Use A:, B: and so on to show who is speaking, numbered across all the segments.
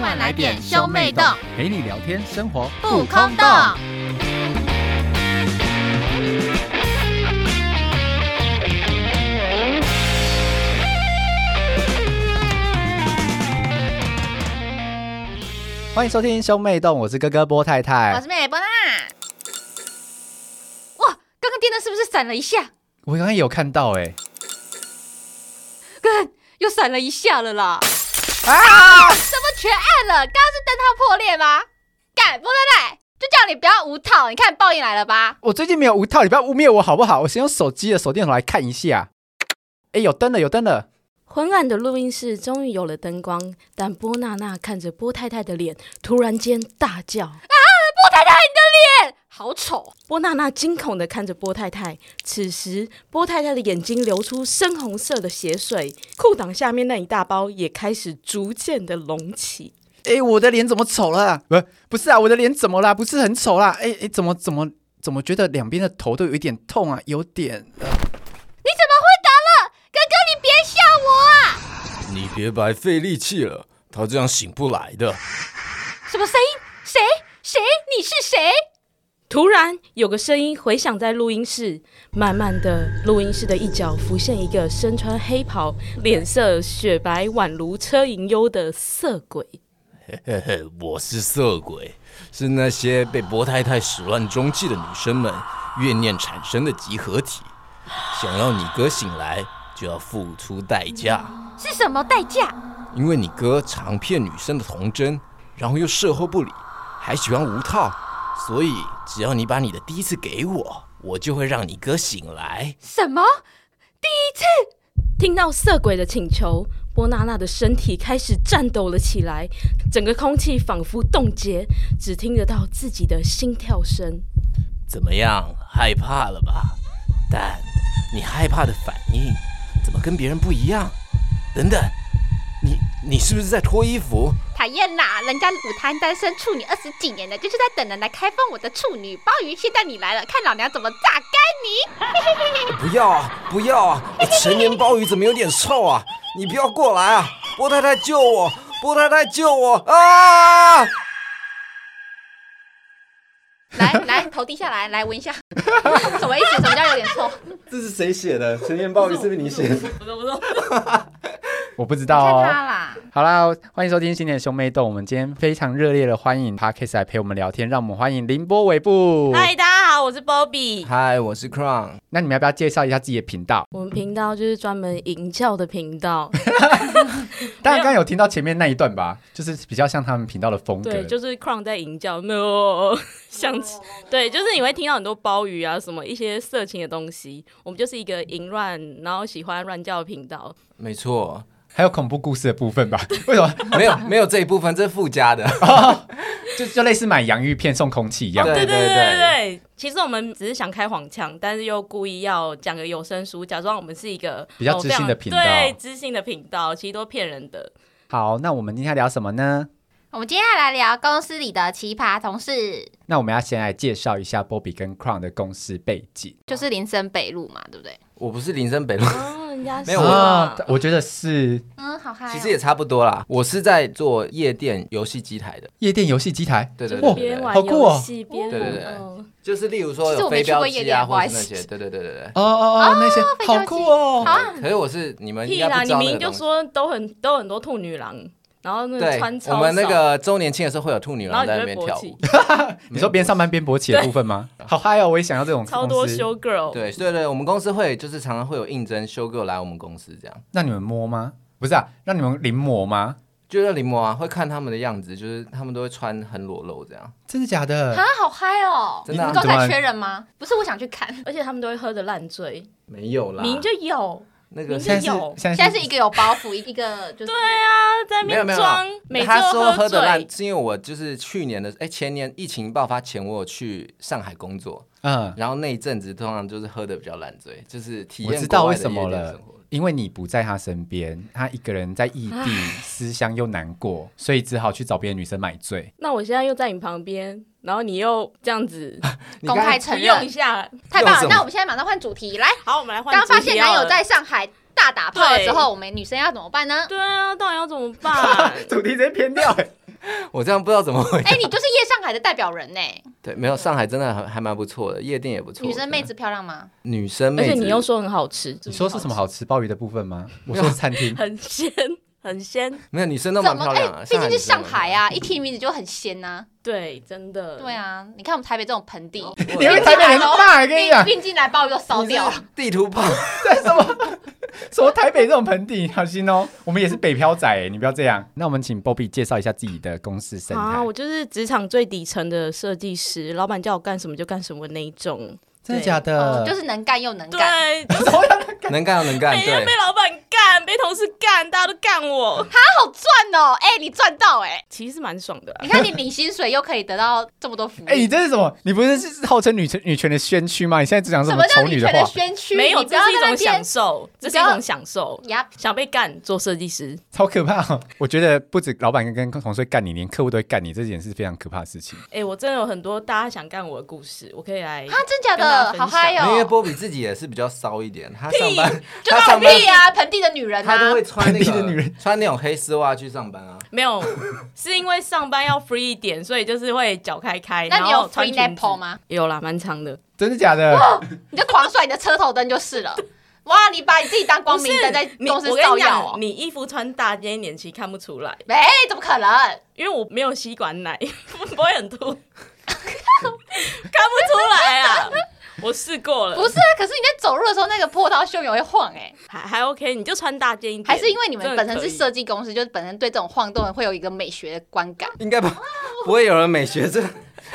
A: 快来点兄妹洞，
B: 陪你聊天，生活
A: 不空洞。
B: 欢迎收听兄妹洞，我是哥哥波太
A: 我
B: 太。
A: 是美波娜。哇，刚刚电灯是不是闪了一下？
B: 我刚刚有看到哎、
A: 看，又闪了一下了啦！
B: 啊！
A: 怎么全暗了？刚刚是灯泡破裂吗？干，波太太，就叫你不要无套，你看报应来了吧？
B: 我最近没有无套，你不要污蔑我好不好？我先用手机的手电筒来看一下。哎，有灯了，有灯了！
C: 昏暗的录音室终于有了灯光，但波娜娜看着波太太的脸，突然间大叫。
A: 波太太，你的脸好丑！
C: 波娜娜惊恐地看着波太太，此时波太太的眼睛流出深红色的血水，裤裆下面那一大包也开始逐渐的隆起。
B: 哎，我的脸怎么丑了？不，不是啊，我的脸怎么啦？不是很丑啦？哎哎，怎么怎么怎么觉得两边的头都有一点痛啊？有点。
A: 你怎么会打了？哥哥，你别吓我啊！
D: 你别白费力气了，他这样醒不来的。
A: 什么声音？谁？谁？你是谁？
C: 突然，有个声音回响在录音室，慢慢的，录音室的一角浮现一个身穿黑袍、脸色雪白宛如车银优的色鬼。
D: 嘿嘿，我是色鬼，是那些被波太太始乱终弃的女生们怨念产生的集合体。想要你哥醒来，就要付出代价，
A: 是什么代价？
D: 因为你哥常骗女生的童真，然后又事后不理，还喜欢无套，所以只要你把你的第一次给我，我就会让你哥醒来。
A: 什么？第一次？
C: 听到色鬼的请求，波娜娜的身体开始颤抖了起来，整个空气仿佛冻结，只听得到自己的心跳声。
D: 怎么样，害怕了吧？但你害怕的反应怎么跟别人不一样？等等，你你是不是在脱衣服？
A: 讨厌啦！人家舞台单身处女二十几年了，就是在等人来开放我的处女鲍鱼。现在你来了，看老娘怎么榨干你！
D: 不要啊，不要啊！哎成年鲍鱼怎么有点臭啊？你不要过来啊！波太太救我！波太太救我啊！
A: 来来，头低下来，来闻一下，什么意思？什么叫有点臭？
D: 这是谁写的？成年鲍鱼是不是你写的？
B: 我不知道
A: 看
B: 哦。
A: 他啦，
B: 好啦，欢迎收听新年兄妹洞。我们今天非常热烈的欢迎 Parkes 来陪我们聊天，让我们欢迎凌波尾部。
E: 嗨，大家好，我是 Bobby。
D: 嗨，我是 Crown。
B: 那你们要不要介绍一下自己的频道？
C: 我们频道就是专门营教的频 道，
B: 大家刚刚有听到前面那一段吧？就是比较像他们频道的风格。
C: 对，就是 Crown 在营教，没
E: 哦
C: 有像，对，就是你会听到很多包鱼啊，什么一些色情的东西。我们就是一个淫乱，然后喜欢乱叫的频道。
D: 没错，
B: 还有恐怖故事的部分吧？ 为什么？
D: 没有没有这一部分，这是附加的。
B: 就就类似买洋芋片送空气一样。
C: 对
D: 对对
C: 对对，其实我们只是想开黄腔，但是又故意要讲个有声书，假装我们是一个
B: 比较
C: 哦
B: 知
C: 非常
B: 性的频道
C: 对，知性的频道其实都骗人的。
B: 好，那我们今天要聊什么呢？
A: 我们接下来聊公司里的奇葩同事，
B: 那我们要先来介绍一下 Bobby 跟 Crown 的公司背景。
A: 就是林森北路嘛，对不对？
D: 我不是林森北路，
C: 哦，人家
D: 没有
B: 啊，我觉得是
A: 嗯，好嗨、
D: 其实也差不多啦。我是在做夜店游戏机台的，
B: 夜店游戏机台。
D: 对对
B: 哦
D: 对
C: 边
D: 对，
C: 玩
B: 好酷哦
C: 游戏边
D: 对对对
C: 哦
D: 就是例如
A: 其
D: 说
A: 实我
D: 有
A: 没
D: 飞
A: 去过
D: 镖
A: 夜
D: 机
A: 店
D: 啊，
A: 不好
D: 或
A: 意
D: 是那
A: 思
D: 些，对对对对对。
B: 哦哦哦，那些
A: 非常
B: 好酷哦！
A: 好啊，
D: 可是我是哎你们应
C: 屁
D: 该
C: 啦！
D: 不知
C: 你
D: 道
C: 明
D: 那
C: 明就
D: 个东西。
C: 说都很都很多兔女郎，然后那个
D: 对
C: 穿，超
D: 我们那
C: 少
D: 个周年庆的时候会有兔女
C: 然后
D: 郎
C: 你就
D: 在那
C: 会
D: 边
C: 勃
D: 跳
C: 起
D: 舞，，
B: 你说边上班边勃起的部分吗？好嗨哦！我也想要这种
C: 超多
B: 公司
C: show girl。
D: 对对对，我们公司会就是常常会有应征修哥来我们公司这样，
B: 让你们摸吗？不是啊，让你们临摹吗？
D: 就是临摹啊，会看他们的样子，就是他们都会穿很裸露这样，
B: 真的假的？
A: 啊，好嗨哦！
D: 真的啊
A: 你们刚才
B: 怎么
A: 缺人吗？不是，我想去看。
C: 而且他们都会喝的烂醉，
D: 没有啦，
C: 明就有，
D: 那个
C: 明
B: 现在
C: 就是有
B: 现
A: 现在
B: 在是
A: 是一个有包袱，一个就是
C: 对啊，在那
D: 没有
C: 边
D: 没有
C: 装，每
D: 没有，
C: 次都
D: 他说
C: 喝
D: 喝的
C: 醉
D: 烂，，是因为我就是去年的哎前年疫情爆发前，我有去上海工作，
B: 嗯，
D: 然后那一阵子通常就是喝的比较烂醉，就是体
B: 我
D: 验
B: 知道
D: 国
B: 为
D: 外的
B: 什么
D: 夜店
B: 了
D: 生活。
B: 因为你不在他身边，他一个人在异地，思乡又难过，所以只好去找别的女生买醉。
C: 那我现在又在你旁边，然后你又这样子，
D: 你
A: 公
D: 刚
A: 开
C: 不
A: 承
C: 用一
A: 认，
C: 下。
A: 太棒
D: 用
A: 了！
D: 什么
A: 那我们现在马上换主题，来，
E: 好，我们来换
A: 刚
E: 主
A: 发
E: 题
A: 现
E: 好了。
A: 男友在上海大打炮了
C: 对
A: 之后，我们女生要怎么办呢？
C: 对啊，到底要怎么办？
B: 主题直接偏掉、
D: 我这样不知道怎 么
C: 啊
D: 回答。
A: 哎、你就是夜上海的代表人呢、
D: 对，没有上海真的还还蛮不错的，夜店也不错。
A: 女生妹，子漂亮吗？
D: 女生
C: 而
D: 妹子，
C: 且啊你又说很好吃，，
B: 你说是什么好吃鲍鱼的部分吗？我说是餐厅
C: 很鲜，很鲜，
D: 没有女生都
A: 怎
D: 蛮
A: 么？
D: 漂亮啊，
A: 毕竟是上海
D: 啊。
A: 啊，一听名字就很仙呐、
C: 对，真的，
A: 对，啊，你看我们台北这种盆地，
B: 你会台北人骂，跟你讲
A: 运进来把我就烧掉
D: 你。是地图 炮，
B: 什么 台北这种盆地，小心哦。我们也是北漂仔欸，你不要这样。那我们请 Bobby 介绍一下自己的公司生
C: 啊，
B: 态
C: 我。就是职场最底层的设计师，老板叫我干什么就干什么那一种。
B: 真的假
A: 哦
B: 的？
A: 就是能干又能
C: 对，
A: 干。
C: 就是
D: 能干就能干，
C: 每天
D: 对
C: 被，老板干，被同事干，大家都 干我，
A: 好赚哦！哎、你赚到哎、
C: 其实蛮爽的啦。
A: 你看你领薪水又可以得到这么多福利。
B: 哎，你这是什么？你不是是号称女权女权的先驱吗？你现在只讲
A: 什
B: 么
A: 么叫
B: 丑
A: 女
B: 的
A: 权的
B: 话？
A: 先驱？
C: 没有，
A: 你不
C: 这
A: 要
C: 是一
A: 在那
C: 种享
A: 边。
C: 受，这是一种享受。
A: 呀，
C: 想被干做设计师，
B: 超可怕、哦！我觉得不止老板跟跟同事会干你，连客户都会干你，这点是非常可怕的事情。
C: 哎、我真的有很多大家想干我的故事，我可以来。
A: 啊，真假
C: 跟大家
A: 的，
C: 分
A: 好
C: 享
A: 嗨
D: 因为
A: 哦！
D: 波比自己也是比较骚一点，她上班，
A: 就
D: 她
A: 放
D: 上班
A: 屁啊，盆地的女人
D: 她
A: 啊
D: 都会，穿那
B: 本地的女
D: 个
B: 人
D: 穿那种黑丝袜去上班啊。
C: 没有， 是因为上班要 free 一点，所以就是会脚开开，
A: 那你
C: 然
A: 有
C: 后穿
A: free
C: 裙子
A: nipple 吗？
C: 有啦，蛮长的。
B: 真的假的？
A: 你就狂甩你的车头灯就是了。 哇，你把你自己当光明灯在
C: 你
A: 公司
C: 我跟
A: 照
C: 你
A: 耀
C: 讲，
A: 哦。
C: 你衣服穿大件一点其实看不出来，
A: 哎，怎么可能？
C: 因为我没有吸管奶， 不会很 凸，看不出来啊。我试过了，
A: 不是啊，可是你在走路的时候，那个波涛汹涌会晃哎，
C: 还还 OK，你就穿大件一点。
A: 还是因为你们
C: 真的
A: 本身
C: 可
A: 是
C: 以
A: 设计公司，就是本身对这种晃动会有一个美学的观感。
D: 应该不不会有人美学这，？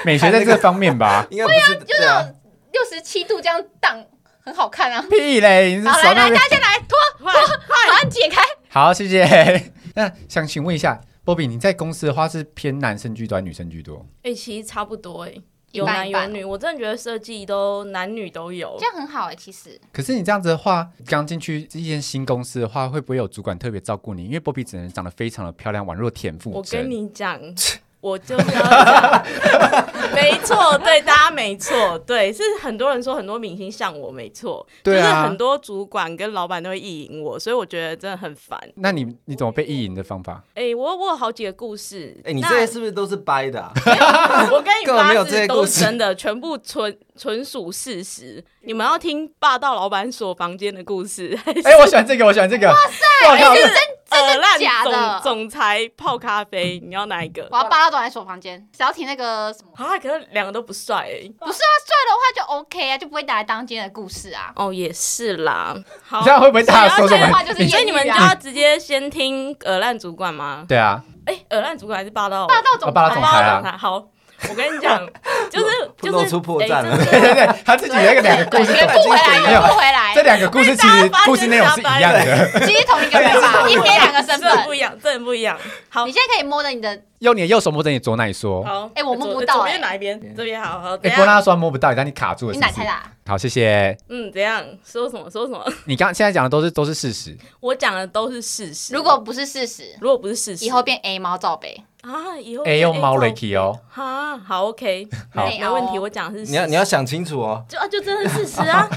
B: 美学在这个方面吧
D: 应该不是对啊。
A: 六十七度这样荡，很好看啊。
B: 屁嘞！你是
A: 好，
B: 手
A: 来
B: 那
A: 来，
B: 边
A: 大家先来脱，
C: 换
A: 把它解开。
B: 好，谢谢。 那想请问一下，波比，你在公司的话是偏男生居多，还是女生居多？
C: 哎、其实差不多哎、
A: 一
C: 有
A: 半
C: 男
A: 一
C: 有
A: 半哦
C: 女，我真的觉得设计都男女都有
A: 这。样很好哎、其实
B: 可是你这样子的话，刚进去一间新公司的话，会不会有主管特别照顾你？因为波比只能长得非常的漂亮，宛若田馥甄。
C: 我跟你讲， 我就是要讲， 没错，对大家没错，对，是很多人说很多明星像我，没错，
B: 对啊
C: 就是很多主管跟老板都会意淫我，所以我觉得真的很烦。
B: 那你你怎么被意淫的方 法？
C: 哎、我我有好几个故事，
D: 哎，你
C: 那
D: 这些是不是都是掰的啊？
C: 我跟你
D: 根本没有
C: 八
D: 这
C: 字
D: 些
C: 都
D: 故
C: 是
D: 事
C: 真的，全部纯纯属事实。你们要听霸道老板锁房间的故事，还是
B: 哎、我喜欢这个，我喜欢这个。哇塞！我靠，这
C: 耳烂
A: 假
C: 总
A: 的
C: 总裁泡咖啡，你要哪一个
A: 我？要霸道总裁锁房间，只要提那个什么，
C: 啊，可是两个都不帅、欸。
A: 不是啊，帅的话就 OK 啊，就不会拿来当今天的故事啊。
C: 哦，也是啦。好
B: 你这，样会不会大家说
A: 所
B: 什
A: 以要这样的
B: 么
A: 话？就是
C: 所以
A: 艳
C: 你
A: 遇
C: 们就
A: 啊
C: 要。直接先听耳烂主管吗？
B: 对啊，
C: 哎、耳烂主管还是霸道？
A: 霸道总
B: 啊霸
A: 裁
B: 道总
A: 啊
B: 裁啊
C: 好，我跟你讲，就是
D: 不
C: 就是
D: 露出破绽
C: 哎
D: 了
C: 这
B: 对
C: 是
B: 对对，他自己那个两个 故事
A: 对，
B: 怎
A: 圆
B: 么
A: 不回来，
B: 没有
A: 圆不回来
B: 这，两个故事其实故事内容是一样的，
A: 其实同一个人吧，一边两个身
C: 真的不
A: 份。
C: 一样，真的不一样。好
A: 你，现在可以摸着你的，
B: 用你的右手摸着你的左奶说，
C: 好，
A: 哎我摸不
C: 左
A: 到
C: 左
A: 哎
C: 边哪一边？这边好好，
B: 哎、
C: 等一
B: 波
C: 下，
B: 拉说摸不到，但你卡住了
A: 你
B: 是不
A: 奶
B: 是
A: 太大，
B: 好，谢谢。
C: 嗯，怎样？说什么说什么？
B: 你刚现在讲的都是都是事实，
C: 我讲的都是事实。
A: 如果不是事实，
C: 如果不是事实，
A: 以后变 A 猫罩杯。
C: 啊，以后
B: 哎、
C: 变
B: 用猫
C: A 罩
B: Ricky 哦，
C: 啊，好 OK，
B: 好
C: 没没问题，我讲的是事
D: 你要
C: 实
D: 你要想清楚哦。
C: 就啊，就真的是事实啊。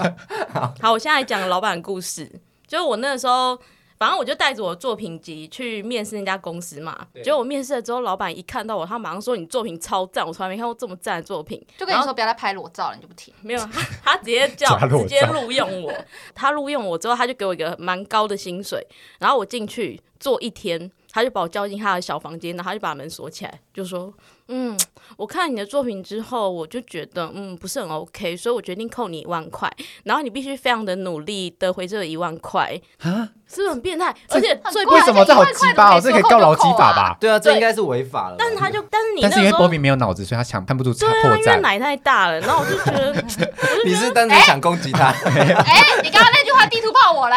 C: 好，我现在讲老板的故事，就是我那个时候。反正我就带着我的作品集去面试那家公司嘛，结果我面试了之后，老板一看到我，他马上说你作品超赞，我从来没看过这么赞的作品。
A: 就跟你说不要再拍裸照了，你就不听。
C: 没有，他他直接 叫
B: 抓裸
C: 直接
B: 照
C: 录用我，他录用我之后，他就给我一个蛮高的薪水，然后我进去做一天，他就把我叫进他的小房间，然后他就把门锁起来，就说：“嗯，我看你的作品之后，我就觉得嗯不是很 OK，所以我决定扣你一万块，然后你必须非常的努力得回这一万块
B: 啊，
C: 是不是很变态？而且最
A: 怪
B: 为什么这好鸡巴哦？
A: 这
B: 这
A: 一万块
B: 可以告劳基法吧？
D: 对啊，这
C: 对
D: 应该是违法了吧。
C: 但是他就但是你那
B: 但
C: 个
B: 是因为
C: 时候
B: 波比没有脑子，所以他想看不出
C: 对
B: 差破
C: 啊，因为
B: 绽。
C: 奶太大了，然后我就觉得
D: 你是单纯想攻击他，
A: 啊哎，你刚刚那句话地图炮我嘞，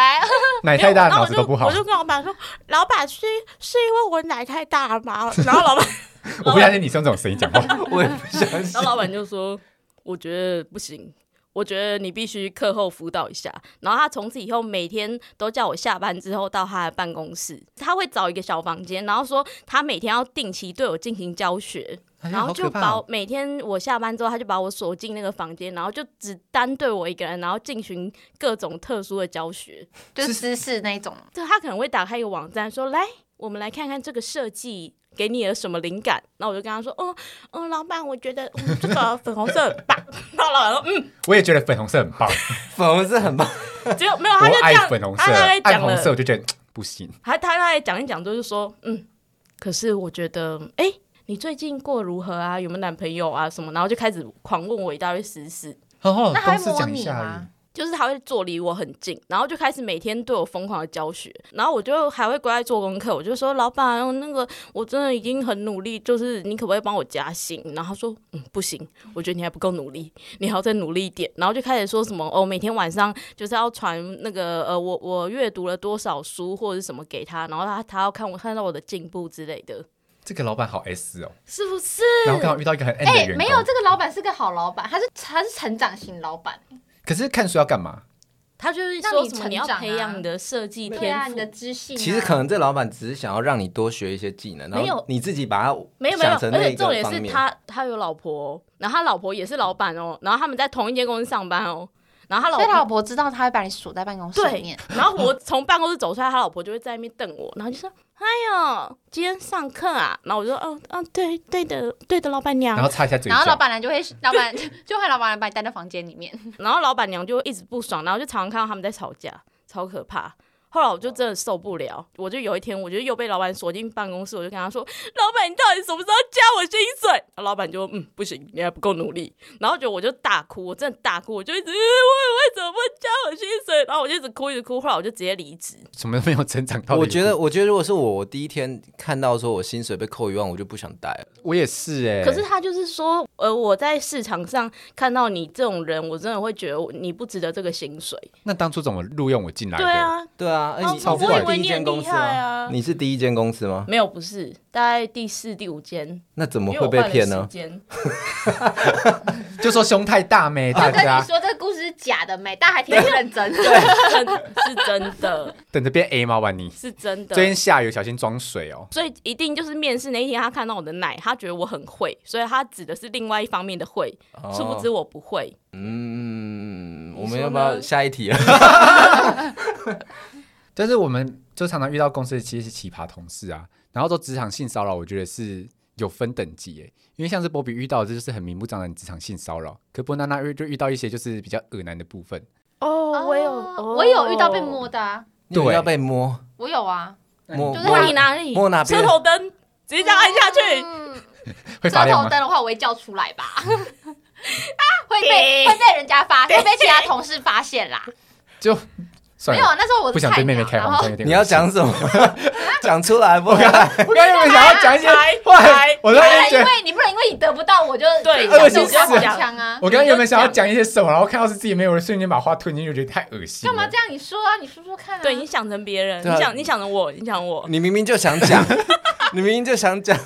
B: 奶太大，脑子都不好
C: 我。就跟老板说，老板是是因为我奶太大了吗？ 然后老板，
B: 我不相信你是用这种声音讲话。
D: 我也不相信
C: 然后。老板就说，我觉得不行。我觉得你必须课后辅导一下，然后他从此以后每天都叫我下班之后到他的办公室，他会找一个小房间，然后说他每天要定期对我进行教学，
B: 哎呀
C: 然后
B: 好
C: 就
B: 可怕
C: 把
B: 哦
C: 我每天我下班之后，他就把我锁进那个房间，然后就只单对我一个人，然后进行各种特殊的教学。
A: 就是私事那一种。
C: 对他可能会打开一个网站说，来，我们来看看这个设计给你了什么灵感？那我就跟他说，哦，嗯，老板，我觉得、嗯、这个粉红色很棒。然后老板说，嗯，
F: 我也觉得粉红色很棒，
D: 粉红色很棒，
C: 只有没 有，他就
F: 我
C: 这
F: 爱
C: 样
F: 粉红，色
C: 他大概，
F: 暗
C: 讲
F: 红
C: 了
F: 色我就觉得
B: 嗯
F: 嘖不行。
C: 他他他也讲一讲，就是说，嗯，可是我觉得，哎、你最近过得如何啊？有没有男朋友啊？什么？然后就开始狂问我一大堆私事，
B: 然后
A: 那
B: 公
A: 还
B: 司
A: 摸
B: 讲一
A: 你
B: 下而
A: 吗
B: 已。？
C: 就是他会坐离我很近，然后就开始每天对我疯狂的教学，然后我就还会乖乖做功课。我就说，老板，哦那个我真的已经很努力，就是你可不可以帮我加薪？然后他说，嗯，不行，我觉得你还不够努力，你还要再努力一点。然后就开始说什么哦，每天晚上就是要传那个呃，我我阅读了多少书或者是什么给他，然后他他要看我看到我的进步之类的，
F: 这个老板好 S 哦，
C: 是不是？
F: 然后刚好遇到一个很 N 的
A: 哎、
F: 员
A: 没有，
F: 工。
A: 这个老板是个好老板，他是他是成长型老板，
F: 可是看书要干嘛？
C: 他就是
A: 让
C: 说
A: 你
C: 什么
A: 成
C: 你要
A: 长
C: 培
A: 啊
C: 养你的设计
A: 对啊，你
C: 天赋
A: 的。知性啊、
D: 其实可能这老板只是想要让你多学一些技能，然
C: 没
D: 后
C: 有
D: 你自己把它
C: 没有没有，
D: 想成
C: 而
D: 那一
C: 且
D: 个
C: 重点
D: 方
C: 是
D: 面。
C: 他他有老婆哦，然后他老婆也是老板哦，然后他们在同一间公司上班哦，然后他老
A: 所以
C: 婆
A: 他老婆知道他会把你锁在办公室里
C: 对
A: 面。，
C: 然后我从办公室走出来，他老婆就会在那边瞪我，然后就说：“哎呦，今天上课啊？”然后我就说：“哦哦，对对的对的，老板娘。
F: 然后擦一下嘴
A: 然后老
F: 角，
A: 板娘就会，老板 就会老板娘把你带到房间里面。
C: 然后老板娘就一直不爽，然后就常常看到他们在吵架，超可怕。后来我就真的受不了，我就有一天，我就又被老板锁进办公室，我就跟他说：“老板，你到底什么时候加我薪水？”然后老板就嗯，不行，你还不够努力。然后就我就大哭，我真的大哭，我就一直、呃我为什么不加我薪水？然后我就一直哭，一直哭。后来我就直接离职。
B: 怎么没有成长到？
D: 我觉得，我觉得如果是我，我第一天看到说我薪水被扣一万，我就不想待了。
B: 我也是哎、
C: 可是他就是说，呃，我在市场上看到你这种人，我真的会觉得你不值得这个薪水。
B: 那当初怎么录用我进来的？
C: 对，啊，
D: 哎对啊，哎，
C: 哦
D: 你
C: 我
D: 你是
C: 以为
D: 第一
C: 你
D: 间
C: 很
D: 公
C: 厉
D: 司
C: 害
D: 吗
C: 啊？
D: 你是第一间公司吗？
C: 没有，不是，大概第四、第五间，
D: 那怎么
C: 因为
D: 会
C: 我
D: 被
C: 换
D: 骗
C: 了时
D: 呢？
C: 间。
B: 就说胸太大没大
A: 我跟
B: 家
A: 你，说，这个故事是假的，没，但还挺认真的。
C: 真是真的，
B: 等着变 A 吗？万妮，
C: 是真
B: 最
C: 的
B: 近。下雨，小心装水哦。
C: 所以一定就是面试那一天，他看到我的奶，他觉得我很会，所以他指的是另外一方面的会，
D: 哦
C: 殊不知我不会。
D: 嗯，我
C: 你
D: 们
C: 说
D: 要不要
C: 呢
D: 下一题啊了？
B: 但是我们就常常遇到公司其实是奇葩同事啊，然后做职场性骚扰，我觉得是有分等级诶，因为像是波比遇到的这就是很明目张胆的职场性骚扰，可波娜娜遇就遇到一些就是比较恶男的部分，
C: 哦
A: 我有遇到被摸，的啊，
D: 你有没有
B: 对
D: 要被摸
A: 我有啊，
D: 摸
A: 就是
D: 摸
A: 他
C: 摸你哪里？
D: 摸哪边
C: 车头灯，直接这样按下去。
A: 嗯，
B: 会
A: 遮
B: 发亮
A: 头
B: 吗？
A: 灯的话，我会叫出来吧。 啊，会被会被人家发，会被其他同事发现啦。
B: 就算
A: 没有啊
B: 了，，
A: 那时候我是
B: 不想
A: 菜
B: 对妹
A: 鸟
B: 妹开
A: 然
B: 黄腔，
A: 后
B: 有点
D: 你要
B: 恶心
D: 讲什么？ 讲出来不？
B: 我刚刚想要讲一些
C: 来
B: 话
C: 来，
B: 嗯我
A: 不
B: 突然
A: 能
B: 觉
A: 因
B: 得，
A: 为你不能因为你得不到我就
C: 对
A: 讲
B: 恶
A: 这
B: 心
A: 种
B: 死了
A: 黄腔 啊。
B: 我刚刚原本想要讲一些什么，然后看到是自己没有人，瞬间把话吞进去，觉得太恶心
A: 干
B: 了。
A: 嘛这样？你说啊，你说说看啊。
C: 对你想成别人，
D: 对啊嗯
C: 你想你想成我，你想我，
D: 你明明就想 讲，你明明就想讲，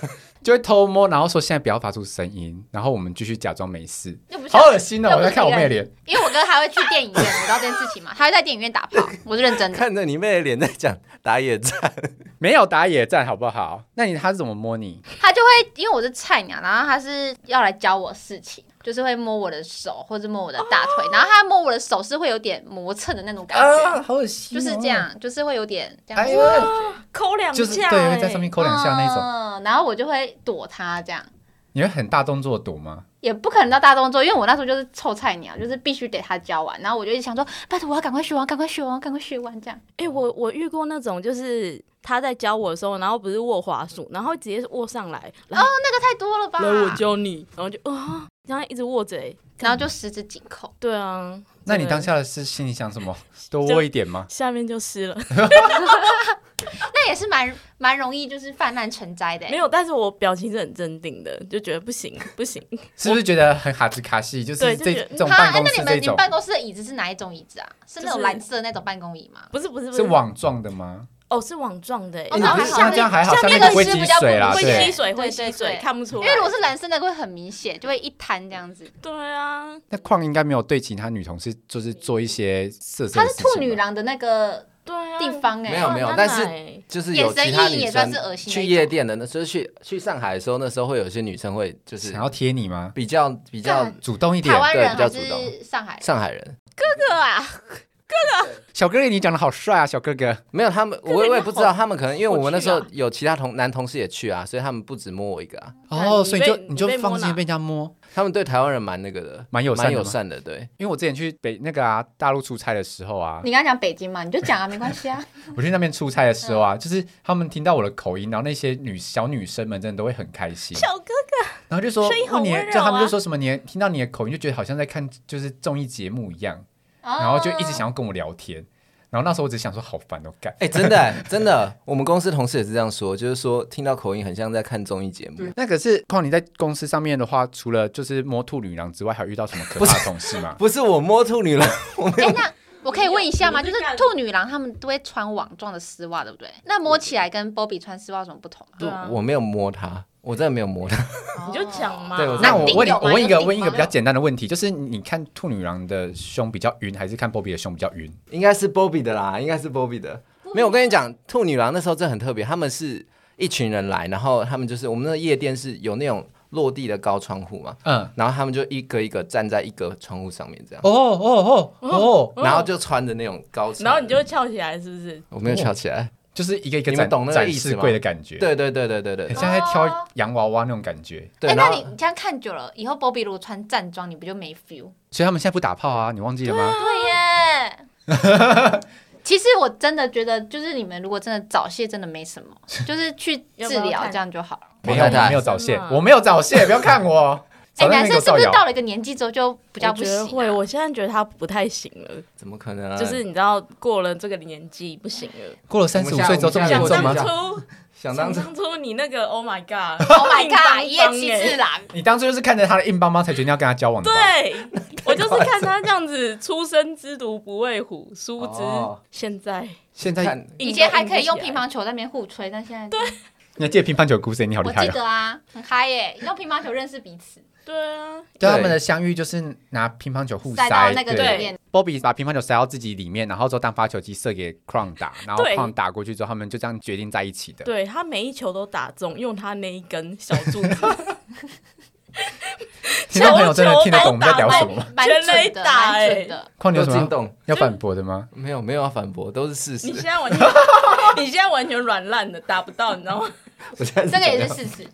B: 就会偷摸，然后说现在不要发出声音，然后我们继续假装没事。
A: 又不是
B: 好恶心哦！
A: 又
B: 我
A: 不
B: 在
A: 是
B: 看我
A: 别
B: 妹
A: 人
B: 脸，
A: 因为我哥他会去电影院，我知道这件事情嘛，他会在电影院打炮，我是认真 的。
D: 看着你妹的脸在讲打野战，
B: 没有打野战好不好？那你他是怎么摸你？
A: 他就会因为我是菜鸟，然后他是要来教我事情，就是会摸我的手或者摸我的大腿，
B: 哦
A: 然后他摸我的手是会有点磨蹭的那种感觉，
B: 好恶心
A: 就是这。样，就是会有点这样
B: 哎
A: 子
B: 呦
A: 的感
C: 抠两
B: 就是
C: 下，
B: 对，会在上面
A: 觉，
B: 抠两下那种，
A: 嗯，然后我就会躲他这样。
B: 你会很大动作躲吗？
A: 也不可能到大动作，因为我那时候就是臭菜鸟，就是必须得他教完，然后我就一直想说，拜托我要赶快学完，赶快学完，赶快学完这样。
C: 哎、我我遇过那种，就是他在教我的时候，然后不是握滑鼠，然后直接握上来，然后、
A: 这个太多了吧？
C: 来我教你，然后就啊，然后一直握着、欸，
A: 然后就十指紧扣，
C: 对啊，
B: 那你
C: 对
B: 当下的是心里想什么？多握一点吗？
C: 下面就湿了，
A: 那也是蛮蛮容易就是泛滥成灾的、
C: 没
A: 欸。
C: 有，但是我表情是很镇定的，就觉得不行不行，
B: 是不是觉得很哈兹卡西？就是
C: 对
B: 这
C: 就觉得
B: 这种
A: 啊
B: 办公
A: 那
B: 室
A: 你
B: 这
A: 们你们
B: 种
A: 办公室的椅子是哪一种椅子啊？是那
C: 就
A: 种
C: 是
A: 蓝色的那种办公椅吗？
C: 不是不是不
B: 是网状的吗？
C: 哦是网状的、欸，
A: 哦
B: 哎
A: 那
B: 不
A: 还
B: 是
A: 好
B: 那这样还好，
A: 下
B: 下
A: 面
B: 面
A: 的
B: 就不会
A: 是
B: 积
A: 比较
B: 水啦，
A: 不
C: 会
A: 明显
B: 对
C: 吸。水会吸
A: 对对
C: 水，
A: 对
C: 看不出
A: 因
C: 来，
A: 为如果是蓝色那个会很明显，就会一滩这样子。
C: 对啊，
B: 那矿应该没有对其他女同事就是做一些色色
A: 她
B: 的
A: 是
B: 事情吧
A: 处女郎的那个
C: 对啊，
A: 地方哎、
D: 没
A: 欸，
D: 有没有
C: 哇
D: 但是
C: 那哪
D: 就是
A: 眼
D: 有
A: 神
D: 其他
A: 意淫
D: 女
A: 也算
D: 生
A: 是恶心那
D: 去
A: 一
D: 夜
A: 种
D: 店的，那就是去去上海的时候，那时候会有一些女生会就是
B: 想要贴你吗？
D: 比较比较
A: 干
B: 主动一点
A: 台，湾人
D: 对比较
A: 还
D: 主动
A: 是上海人？
D: 上海人，
C: 这个啊，
B: 小哥哥，你长得好帅啊，小哥哥。
D: 没有他们，我我也不知道他们可能，因为我们那时候
A: 啊
D: 有其他同男同事也去啊，所以他们不止摸我一个啊，
B: 哦，
G: 你
B: 所以你就
G: 被
B: 你就
G: 你被摸
B: 放心
G: 哪
B: 被人家摸，
D: 他们对台湾人蛮那个的，
B: 蛮友善的
D: 蛮友
B: 吗
D: 善的，对，
B: 因为我之前去北那个啊大陆出差的时候啊，
A: 你刚刚讲北京嘛，你就讲啊，没关系啊。
B: 我去那边出差的时候啊，就是他们听到我的口音，然后那些女小女生们真的都会很开心，
C: 小哥
B: 然后就说
C: 声音好
B: 哦你
C: 温柔啊
B: 就他们就说什么你听到你的口音就觉得好像在看就是综艺节目一样， 然
A: 然
B: 后就一直想要跟我聊天，然后那时候我只想说好烦哦，干。
D: 哎、真的、 真的，我们公司同事也是这样说，就是说听到口音很像在看综艺节目，
B: 那可是况你在公司上面的话，除了就是摸兔女郎之外，还有遇到什么可怕的同事吗？
D: 不是我摸兔女郎，
A: 哎，那我可以问一下吗？
G: 你
A: 就
G: 就是干
A: 兔女郎她们都会穿网状的丝袜，对不对？那摸起来跟 Bobby 穿丝袜有什么不同啊？
G: 对啊
D: 我没有摸她，我真的没有摸她，
G: 你就讲嘛。
D: 对我
B: 那
A: 有
B: 我
A: 定
B: 问你
A: 有吗
B: 我问一
A: 有
B: 个
A: 定
B: 问一个
A: 吗
B: 比较简单的问题，就是你看兔女郎的胸比较晕，还是看 Bobby 的胸比较晕？
D: 应该是 Bobby 的啦，应该是 Bobby 的。没有，我跟你讲，兔女郎那时候真的很特别，他们是一群人来，然后他们就是我们那个夜店是有那种落地的高窗户嘛，
B: 嗯，
D: 然后他们就一个一个站在一个窗户上面这样，
B: 哦哦哦哦，
D: 然后就穿着那种高长，
G: 然后你就会翘起来，是不是？
D: 我没有翘起来，
B: 就是一个一个
D: 你们
B: 展
D: 懂那个
B: 展
D: 意思
B: 示
D: 吗
B: 柜的感觉，，
D: 对对对对对对
B: 很
D: 对
B: 像在挑洋娃哎娃那种感觉。
D: 对，
A: 哎，
D: 然
A: 那
D: 后
A: 你你这样看久了，以后 Bobby 如果穿站装，你不就没 feel？
B: 所以他们现在不打炮啊，你忘记了吗？
A: 对耶。 其实我真的觉得，就是你们如果真的早泄，真的没什么，就是去
G: 要不
A: 治
G: 要
A: 疗
G: 看
A: 这样就好了。
B: 没
D: 我
B: 有，
D: 太太
B: 我没有早泄
G: 真的啊，
B: 我没有早泄，不要看 我。
A: 哎、
B: 早在那
A: 男
B: 边
A: 生
B: 给我
A: 是不是
B: 造谣
A: 到了一个年纪之后就比
G: 比
A: 较不行、啊
G: 得会，我现在觉得他不太行了，
D: 怎么可能啊？
G: 就是你知道过了这个年纪不行了。
B: 过了三十五岁之后这么
D: 我
B: 严
G: 想
B: 重
D: 们现在
G: 当
B: 吗
D: 我们？
G: 初，
D: 想当
G: 想
D: 初
G: 当初你那个 Oh my
A: Oh
G: God，Oh
A: my god！一夜七 次郎，
B: 你当初就是看着他的硬邦邦才决定要跟他交往的吧？
G: 欸对，我就是看他这样子，初生之犊不畏虎，殊不知
D: 哦
G: 现在
B: 现在
D: 看
A: 以前还可以用
G: 硬都硬
A: 乒
G: 不起来
A: 乓球在那边互吹，但现在对，
B: 你还记得乒乓球的故事？你好厉
A: 我
B: 害
A: 记
B: 哦！
A: 得啊，很嗨耶、用乒乓球认识彼此，
G: 对啊，
B: 对
D: 对
B: 他们的相遇就是拿乒乓球互
A: 塞到那个
G: 对
A: 里面，
B: Bobby 把乒乓球塞到自己里面，然后之后当发球机射给 Crown 打，然后
G: 对
B: Crown 打过去之后，他们就这样决定在一起的。
G: 对他每一球都打中，用他那一根小柱子，
B: 听众朋友真的听得懂我们在聊什么吗？
A: 蛮
G: 全
A: 准
G: 垒
A: 的，
G: 打哎
A: 蛮
G: 耶
A: 准的。
B: 况你有
D: 都
B: 什
D: 进
B: 么
D: 洞，
B: 要反驳的吗？
D: 没有没有要反驳，都是事
G: 你现
D: 实。
G: 在完 全，你现在完全软烂的，打不到，你知道吗？
D: 我现在
A: 这个也
D: 想
A: 是
D: 要
A: 事 实，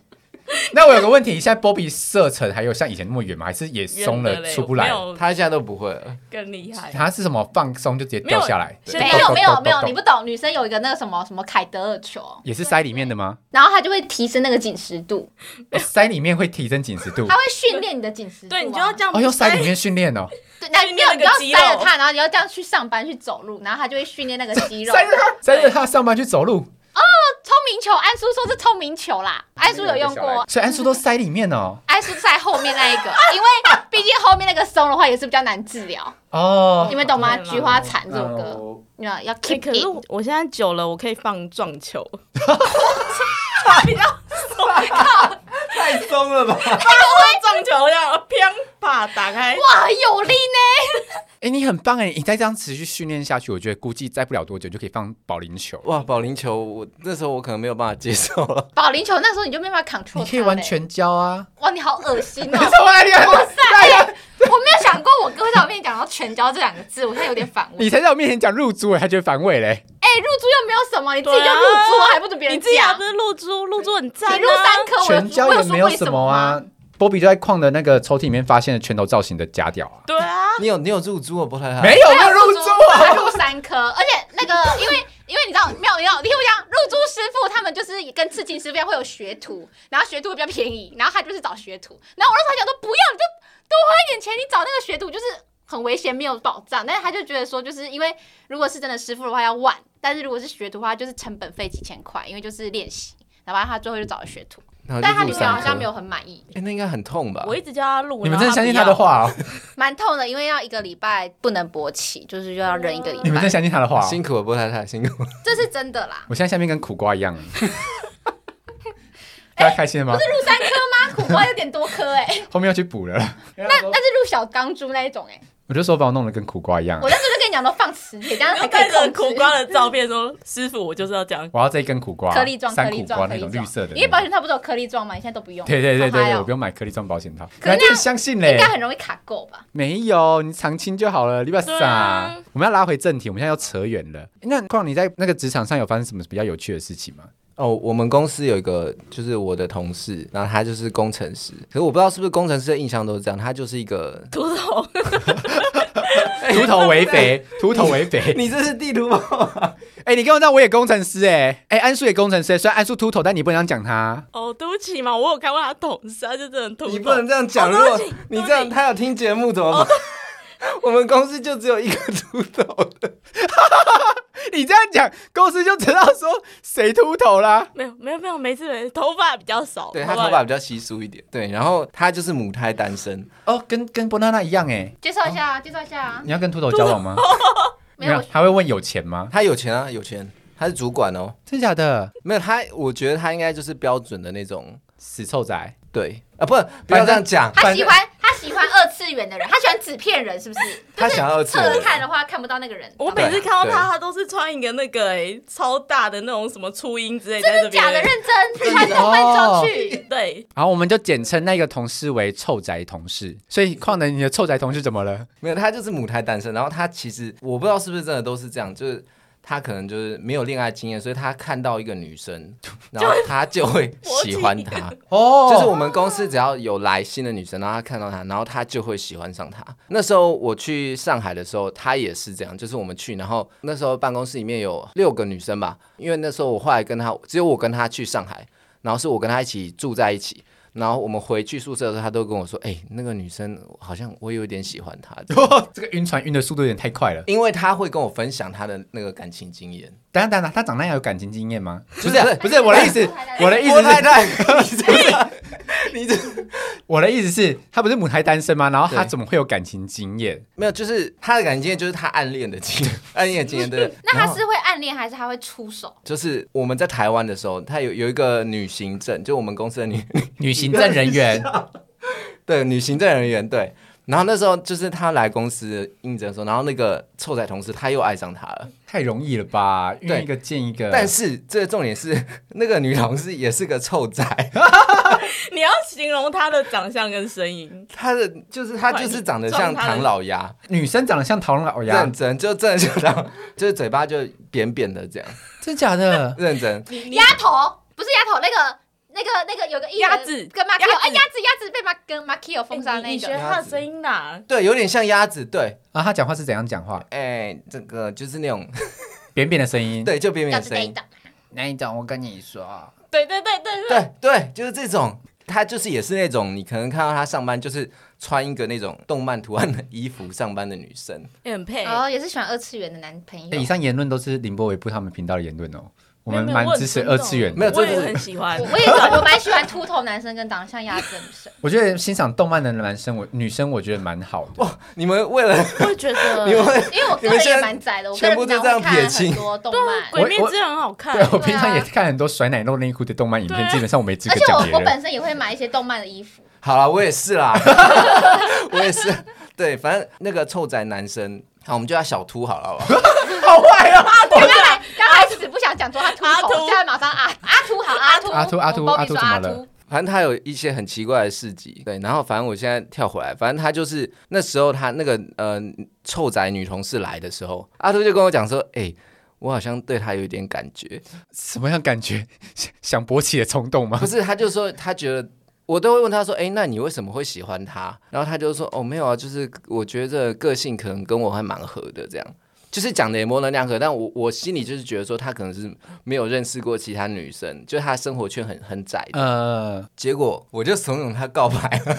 B: 那我有个问题，现在 Bobby 射程还有像以前那么远吗？还是也 松
G: 圆的
B: 了
G: 嘞
B: 出不来
G: 没？有
D: 他现在都不会了，
G: 更厉害。
B: 他是什么放松就直接掉下来？
G: 没有
A: 没
G: 现在
A: 有没有没有，
B: 咚
A: 你不懂，女生有一个那个什么什么凯德尔球，
B: 也是塞里面 的吗？
A: 然后它就会提升那个紧实度，
B: 哦塞里面会提升紧实度
A: 它。会训练你的紧实度啊。
G: 对你就要这样，
B: 哦，要塞里面训练哦，
A: 对，那
G: 训
A: 你
G: 练
A: 要
G: 那
A: 你
G: 个
A: 要
G: 肌
A: 塞
G: 肉
A: 着它，然后你要这样去上班去走路，然后它就会训练那个肌肉。
B: 塞着他，塞着他上班去走路，
A: 聪明球，安叔说是聪明球啦，安叔有用 过，
B: 所以安叔都塞里面哦。
A: 安叔在后面那一个，因为毕竟后面那个松的话也是比较难治疗，
B: 哦
A: 你，们懂吗？
G: 对啦
A: 菊花残这首歌，
D: 哦
A: 你要要
G: 哎
A: keep
G: 可是
A: it。
G: 我我现在久了，我可以放撞 球，
D: 太松了吧？
G: 撞球要偏把打开，
A: 哇，很有力呢！
B: 哎，你很棒哎，你再这样持续训练下去，我觉得估计再不了多久就可以放保龄球。
D: 哇，保龄球，我那时候我可能没有办法接受了。
A: 保龄球那时候你就没办法 control，
B: 你可以
A: 它
B: 玩
A: 嘞
B: 全交 啊！
A: 哇，你好恶心 哦！
B: 什么啊？你
A: 哇塞，我没有想过我哥会在我面前讲到“全交”这两个字，我现在有点反胃。
B: 你才在我面前讲入租，还觉得反 胃嘞？
A: 哎，入猪又没有什么，你自己就
G: 对啊
A: 入猪了，还不准别
G: 你
A: 人
G: 自己还
A: 讲
G: 不？是露珠，露珠很赞
A: 你入
G: 啊。
A: 三颗，我有
B: 全交
A: 我
B: 也
A: 有
B: 没
A: 说
B: 有
A: 过你
B: 什
A: 什
B: 么
A: 么
B: 啊
A: 吗？。
B: 波比就在矿的那个抽屉里面发现了拳头造型的假屌啊！
G: 对啊，
D: 你有你有入珠啊，波太太？
B: 没有，没有
A: 入
B: 入
A: 珠
B: 租啊！
A: 他 入三颗，而且那个因为因为你知道妙妙，你听我讲，入珠师傅他们就是跟刺青师傅一样会有学徒，然后学徒比较便宜，然后他就是找学徒，然后我那时候想说不要，你就多花一点钱，你找那个学徒就是很危险，没有保障，但是他就觉得说，就是因为如果是真的师傅的话要万，但是如果是学徒的话就是成本费几千块，因为就是练习。然后他最后就找了学徒，
D: 然后就
A: 但是他
D: 入
A: 女朋友
D: 三
A: 好像
D: 颗
A: 没有很满意，
D: 哎、那应该很痛吧？
G: 我一直叫他录，
B: 你们
G: 然
B: 真
G: 后
B: 的相信
G: 不
B: 他的
G: 要？
B: 话哦？
A: 蛮痛的，因为要一个礼拜不能勃起，就是又要忍一个礼
B: 你们
A: 拜
B: 真的，相信他的话哦？
D: 啊辛苦了，波太太，辛苦了。
A: 这是真的啦。
B: 我现在下面跟苦瓜 一样。大家开心了吗？
A: 哎入三颗吗？苦瓜有点多颗哎、
B: 后面要去补了。
A: 那那是入小钢珠那一种哎、
B: 我就说把我弄得跟苦瓜一样啊
A: 我。那时候就跟你娘都放磁铁，这样才可
C: 看
A: 以
C: 着
A: 控
C: 苦
A: 制。
C: 瓜的照片说：“师傅，我就是要这样。
H: 我要这一根苦瓜，
A: 颗粒状，颗
H: 山
A: 粒
H: 苦
A: 状，
H: 瓜
A: 颗
H: 那
A: 粒
H: 种
A: 状
H: 绿色的那种，
A: 因为保险套不是有颗粒状吗？你现在都不用。
B: 对对对对
A: 好嗨
B: 对，
A: 哦
B: 我不用买颗粒状保险套，
A: 可是
B: 你还
A: 那
B: 真
A: 样
B: 相信
A: 应
B: 嘞
A: 该？很容易卡垢吧？
B: 没有，你常清就好了，你不要
C: 对啊
B: 傻。我们要拉回正题，我们现在要扯远了。那况你在那个职场上有发生什么比较有趣的事情吗？
D: 哦，我们公司有一个，就是我的同事，然后他就是工程师，可是我不知道是不是工程师的印象都是这样，他就是一个”
C: 秃头，
B: 秃头为 肥，秃头为肥。
D: 你这是地图炮，
B: 哎、你跟我讲，我也工程师哎、哎、安叔也工程师、虽然安叔秃头，但你不能这样讲他。
C: 哦，对不起嘛，我有看过他同事，他就真的很秃头。
D: 你不能这样讲。如果你这样，他有听节目怎么
A: 哦
D: 办？ 我们公司就只有一个秃头的，
B: 你这样讲，公司就知道说谁秃头啦。
C: 没有没有没有，没事没事，头发比较少。
D: 对
C: 好
D: 他头
C: 不好
D: 发比较稀疏一点，对，然后他就是母胎单身，
H: 哦，跟跟 banana 一样哎。
A: 介绍一下，啊介绍一下。
H: 你要跟秃头交往吗？
A: 没有，
H: 他会问有钱吗？
D: 他有钱啊，有钱，他是主管哦，
B: 真假的？
D: 没有他，我觉得他应该就是标准的那种，
B: 死臭仔，
D: 对啊，不不要这样讲，
A: 他喜欢他喜欢二次元的人，他喜欢纸片人，是不是？
D: 他想要二次
A: 侧着
D: 元，
A: 看的话看不到那个人。
C: 我每次看到
D: 对
C: 他，他都是穿一个那个哎超大的那种什么初音之类，
A: 真
C: 在
A: 的
C: 这
A: 假的？
C: 边。
A: 认 真
H: 哦
A: 穿着换装去，
C: 对，
B: 好，我们就简称那个同事为臭宅同事。所以，况能你的臭宅同事怎么了？
D: 没有，他就是母胎单身。然后他其实我不知道是不是真的都是这样，就是他可能就是没有恋爱经验，所以他看到一个女生，然后他就会喜欢她。
H: 哦
D: 就是我们公司只要有来新的女生，然后他看到她，然后他就会喜欢上她。那时候我去上海的时候，他也是这样，就是我们去，然后那时候办公室里面有六个女生吧，因为那时候我后来跟他，只有我跟他去上海，然后是我跟他一起住在一起。然后我们回去宿舍的时候，他都跟我说：“哎、那个女生好像我有点喜欢她。”
H: 哦这个晕船晕的速度有点太快了。
D: 因为他会跟我分享他的那个感情经验，
H: 等一下等一下，他长那样有感情经验吗？
D: 不是
H: 不是我的意 思，我的意思
D: 太
H: 是，
D: 太，你这
H: 我的意思是，他不是母胎单身吗？然后他
D: 对
H: 怎么会有感情经验？
D: 没有，就是他的感情经验就是他暗恋的经验，暗恋的经验对。
A: 那
D: 然
A: 他
D: 后
H: 哦
A: 是会暗恋还是他会出手？
D: 就是我们在台湾的时候，他有有一个女行政，就我们公司的女
H: 女行政人员，
D: 对女行政人员对。然后那时候就是他来公司应征的时候，然后那个臭仔同事他又爱上他了，
H: 太容易了吧？
D: 对
H: 遇一个见一个，
D: 但是这个重点是那个女同事也是个 臭仔，
C: 你要形容他的长相跟声音，
D: 她的就是她就是长得像唐老鸭，
H: 女生长得像唐老鸭
D: 认，真就真的就当就是嘴巴就扁扁的这样，
H: 真假 的？
D: 认真。
A: 丫头不是丫头，那个那个那个有个艺人
C: 鸭子
A: 跟马 a k
C: 鸭子
A: 哎，鸭子鸭子被马跟马 a k 封杀
C: 你
A: 那
C: 你学
A: 个，
C: 他的声音啦。
D: 对，有点像鸭子，对，
H: 啊，他讲话是怎样讲话？
D: 哎、这个就是那种，
H: 扁扁的声音，
D: 对，就扁扁
A: 鸭
D: 的
A: 子那
D: 声
A: 一
D: 音，
A: 档，
H: 那一种？我跟你说，
C: 对对对对对，
D: 对对，就是这种，他就是也是那种，你可能看到他上班就是穿一个那种动漫图案的衣服上班的女生，
C: 也很配。
A: 哦，也是喜欢二次元的男朋
H: 哎以
A: 友。
H: 上言论都是林波维布他们频道的言论哦，我们
C: 没有
H: 蛮支持二次元的
D: 没有这
C: 我
D: 不
C: 也
D: 是
C: 很喜 欢
A: 我。我也我蛮喜欢秃头男生跟长得像鸭子的女 生，
H: 我觉得欣赏动漫的男生，我女生我觉得蛮好的。
D: 你们为了
C: 我也觉
D: 你
C: 得
D: 们为
A: 因为我个人也蛮宅的，我个人
D: 全部
A: 平
D: 就
A: 常
D: 这样
A: 会
D: 撇
A: 看
D: 清
A: 很多动漫
C: 《
H: 我，
C: 啊鬼灭之刃》很好看
H: 对。我平常
A: 对
H: 也
A: 啊
H: 看很多甩奶露内裤的动漫影片，
C: 对啊
H: 基本上我没资格
A: 而且
H: 讲别
A: 我我
H: 人。
A: 本身也会买一些动漫的衣服。
D: 好了，我也是啦， 我也是，对，反正那个臭仔男生，好，我们叫他小秃好了，好不 好？
H: 好坏啊！
A: 刚才刚开始不想讲说他秃
C: 阿秃
A: 头，现在马上阿阿秃好阿秃
H: 阿秃阿秃
A: 我包
H: 阿
A: 庇
H: 秃
A: 说
H: 怎么
A: 阿
H: 了
A: 秃，
D: 反正他有一些很奇怪的事迹，对，然后反正我现在跳回来，反正他就是那时候他那个呃臭宅女同事来的时候，阿秃就跟我讲说，哎、我好像对他有一点感觉，
H: 什么样感觉？ 想想勃起的冲动 吗
D: 不？是，他就说他觉得。我都会问他说：“哎、那你为什么会喜欢他？”然后他就说：“哦，没有啊，就是我觉得个性可能跟我还蛮合的，这样就是讲的也模棱两可。但我我心里就是觉得说，他可能是没有认识过其他女生，就是他的生活圈很很窄的。
H: 呃，
D: 结果我就怂恿他告白了，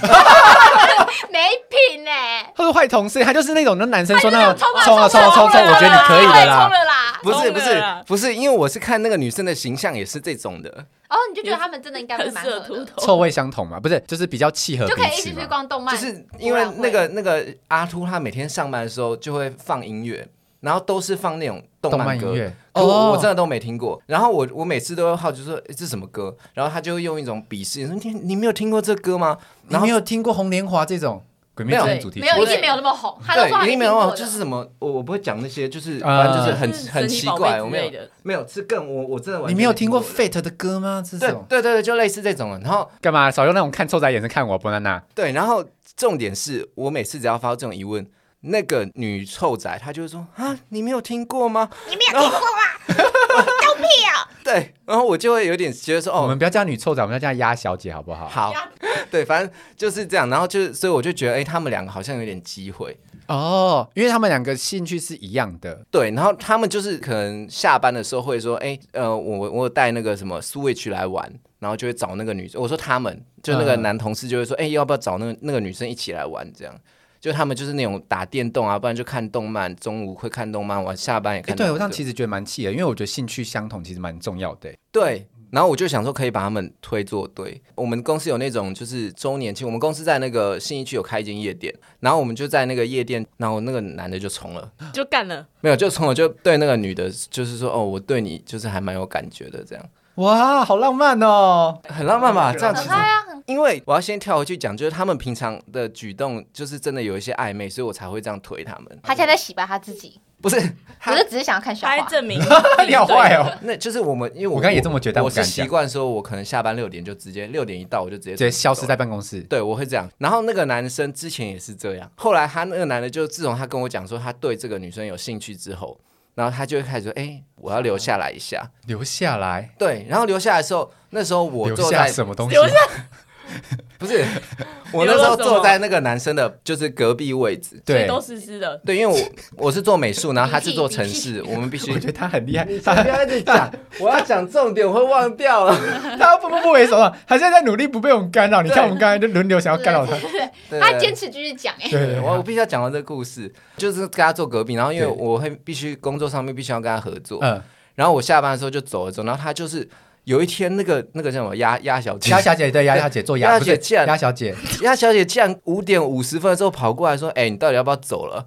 A: 没品欸呢、
H: 他说坏同事，他就是那种那男生说那种
A: 他就是
H: 冲啊
A: 那种
H: 冲啊冲啊冲啊，我觉得你可以
A: 太
H: 的
A: 冲
H: 啦。
A: 了啦！
D: 不是
C: 疯
D: 不
C: 了
D: 是
C: 啦
D: 不是，因为我是看那个女生的形象也是这种的，
A: 哦，你就觉得他们真的应该会
C: 很
A: 蛮
C: 适
A: 合
C: 合秃
A: 的，
H: 臭
C: 头，
H: 味相同嘛，不是，就是比较契合
A: 就
H: 彼
A: 可以一
H: 此
A: 起去
H: 嘛。
A: 逛动漫。
D: 就是因为那个那个阿秃他每天上班的时候就会放音乐，然后都是放那种动
H: 动
D: 漫
H: 漫
D: 歌
H: 音，乐
D: 可
B: 哦
D: 我我真的都没听过。然后我我每次都会好奇说诶这什么歌，然后他就会用一种鄙视，说你你没有听过这歌吗？
H: 你
D: 然后
H: 没有听过《红莲华》这种？
B: 鬼灭之刃》主题曲
A: 没。有，一
D: 我
A: 定没有那么红。他都
D: 对
A: 说，他
D: 一
A: 没听
D: 定没有
A: 过
D: 啊，
A: 的
D: 就是什么，我我不会讲那些，就是
B: 呃
D: 反正就是很
C: 就是
D: 很
C: 神奇
D: 奇
C: 宝贝
D: 怪，
C: 之
D: 我没有
C: 类的
D: 没有是更我我真的完全
B: 你没有听过
D: 的
B: Fate 的歌吗？这
D: 对
B: 种
D: 对对对，就类似这种的。然后
B: 干嘛少用那种看臭仔眼神看我，伯娜娜？
D: 对，然后重点是我每次只要发出这种疑问，那个女臭仔她就会说啊，你没有听过吗？
A: 你没有
D: 哦
A: 听过吗？都屁啊！
D: 对，然后我就会有点觉得说
B: 我
D: 哦
B: 们。不要叫女臭仔，我们要叫鸭小姐好不好？
D: 好，对，反正就是这样，然后就是，所以我就觉得，哎、他们两个好像有点机会，
B: 哦，因为他们两个兴趣是一样的，
D: 对，然后他们就是可能下班的时候会说，哎、呃，我我有带那个什么 Switch 来玩，然后就会找那个女，我说他们就那个
B: 嗯
D: 男同事就会说，哎、要不要找那个那个女生一起来玩？这样，就他们就是那种打电动啊，不然就看动漫，中午会看动漫，晚下班也
B: 哎，
D: 看动
B: 对
D: 漫。
B: 我这样
D: 对
B: 其实觉得蛮气的，因为我觉得兴趣相同其实蛮重要的。
D: 对，然后我就想说可以把他们推作对。我们公司有那种就是周年庆，我们公司在那个信义区有开一间夜店，然后我们就在那个夜店，然后那个男的就冲了，
G: 就干了。
D: 没有就冲了，就对那个女的，就是说哦，我对你就是还蛮有感觉的，这样
B: 哇，好浪漫 哦！
D: 很浪漫吧？这样其
A: 很
D: 实
A: 嗨。啊，很
D: 因为我要先跳回去讲，就是他们平常的举动，就是真的有一些暧昧，所以我才会这样推他们。
A: 他现在在洗白他自己，
D: 不是，
A: 我就只是想要看笑
C: 他在
A: 话。
C: 证明
B: 你好坏哦，
D: 那就是我们，因为我
B: 我刚才也这么觉得但
D: 我
B: 我不
D: 是
B: 敢
D: 习
B: 讲
D: 惯说，我可能下班六点就直接六点一到，我就直接
B: 直接消
D: 走
B: 失在办公室。
D: 对，我会这样。然后那个男生之前也是这样，后来他那个男的就自从他跟我讲说他对这个女生有兴趣之后，然后他就会开始说，哎、我要留下来一下。
B: 留下来，
D: 对，然后留下来的时候，那时候我
B: 留
D: 坐
B: 下
D: 在
B: 什么东西
C: 留？下
D: 不是，我
C: 留
D: 那时
C: 了
D: 候
C: 什
D: 坐
C: 么
D: 在那个男生的就是隔壁位置。
B: 对，
C: 都湿湿的，
D: 对，因为我我是做美术，然后他是做
A: 你屁
D: 城
A: 你屁
D: 市，我们必须
B: 我觉得他很厉害，
D: 不要一直讲，我要讲重点，我会忘掉了。
B: 他不不不为所动，他现在在努力不被我们干扰。 你
D: 对
B: 看我们刚才就轮流想要干扰他，
D: 对
A: 他坚持继续讲哎，
B: 对，
D: 我我必须要讲到这个故事，就是跟他做隔壁，然后因为
B: 对
D: 我会必须工作上面必须要跟他合作，
B: 嗯，
D: 然后我下班的时候就走了走，然后他就是有一天那个那个叫什么鸭鸭小姐，
B: 鸭小姐对鸭小姐做
D: 鸭
B: 鸭，不
D: 姐
B: 是
D: 竟然
B: 鸭小 姐，
D: 鸭小姐竟然五点五十分的时候跑过来说：“哎、你到底要不要走了？”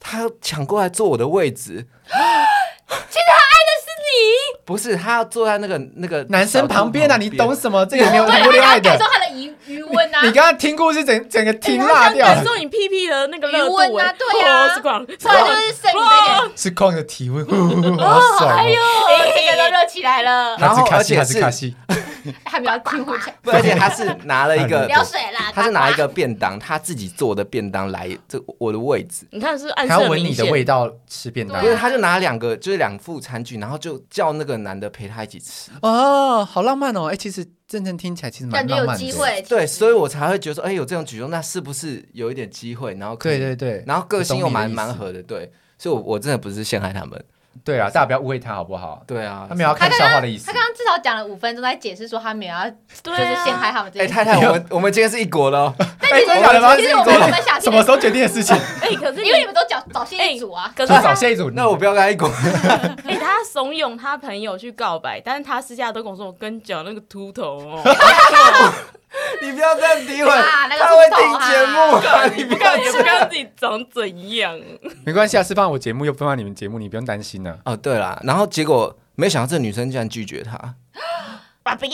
D: 她抢过来坐我的位置，其实她爱的是你，不是？她要坐在那个那个
B: 男生旁边啊，你懂
D: 什
B: 什么？这个没 有谈过恋
A: 哦他
B: 爱
A: 要感受
B: 的。
A: 他的余余温啊
B: 你。刚刚听故事整整个听
C: 他
B: 辣
C: 想
B: 掉
C: 感
B: 了，
C: 受你屁屁的那个热度
A: 余温啊
C: 哎
A: 对啊
C: 哦是光，
A: 突然就是剩你这点，
B: 是光的体温，好爽
A: 哎呦
B: 哦！，
A: 这个都热起来 了，
B: 他
D: 然后
B: 是卡
D: 而且
B: 西，他是
D: 是
B: 卡西，
A: 还没有 听我讲，
D: 而且她是拿了 一个
A: 不，要 水啦。
D: 她是拿
A: 呱
D: 一
A: 呱
D: 个便当，她自己做的便当来这我的位置。
C: 你看是不是暗
B: 还要
C: 示很
B: 闻
C: 明
B: 你的
C: 显
B: 味道吃便当
D: 不。是，她就拿两个，就是两副餐具，然后就叫那个男的陪她一起吃。
B: 哦，好浪漫哦！哎，其实真正听起来其实蛮
A: 感觉
B: 浪
A: 有
B: 漫
A: 机
B: 的。
A: 会。
D: 对，所以我才会觉得说，哎、有这种举动，那是不是有一点机会？然后可
B: 对
D: 以
B: 对对，
D: 然后个性又蛮
B: 我懂你的意思
D: 蛮合的，对，所以我我真的不是陷害他们，
B: 对啊，大家不要误会他好不好？
D: 对啊，
B: 他没有要看笑话的意思
A: 他。刚刚至少讲了五分钟在解释说他没有要就
C: 对
A: 是
C: 啊
A: 陷害他们这
D: 哎、
A: 件事。
D: 太太，我们我们今天是一国 了哦，
B: 哎，真的假的吗？
A: 其实我们我们想
B: 什
A: 听
B: 么
A: 的
B: 时，候决定的事情？
C: 哎，可是
A: 因为你们都找找新一组啊，
C: 可是
B: 就找
C: 他
B: 下一组。
D: 那我不要跟他一国，
C: 哎、他怂恿他朋友去告白，但是他私下都跟我说：“我跟你讲那个秃头哦，
D: 你不要这样诋毁，
A: 啊那个
D: 他会
A: 猪头啊
D: 听节目啊，你
C: 不
D: 不要
C: 看也不看自己长怎样。
B: 没关系啊，是放我节目又不放你们节目，你不用担心啊呢。
D: 哦，对啦，然后结果没想到这女生竟然拒绝他，
A: 我不要。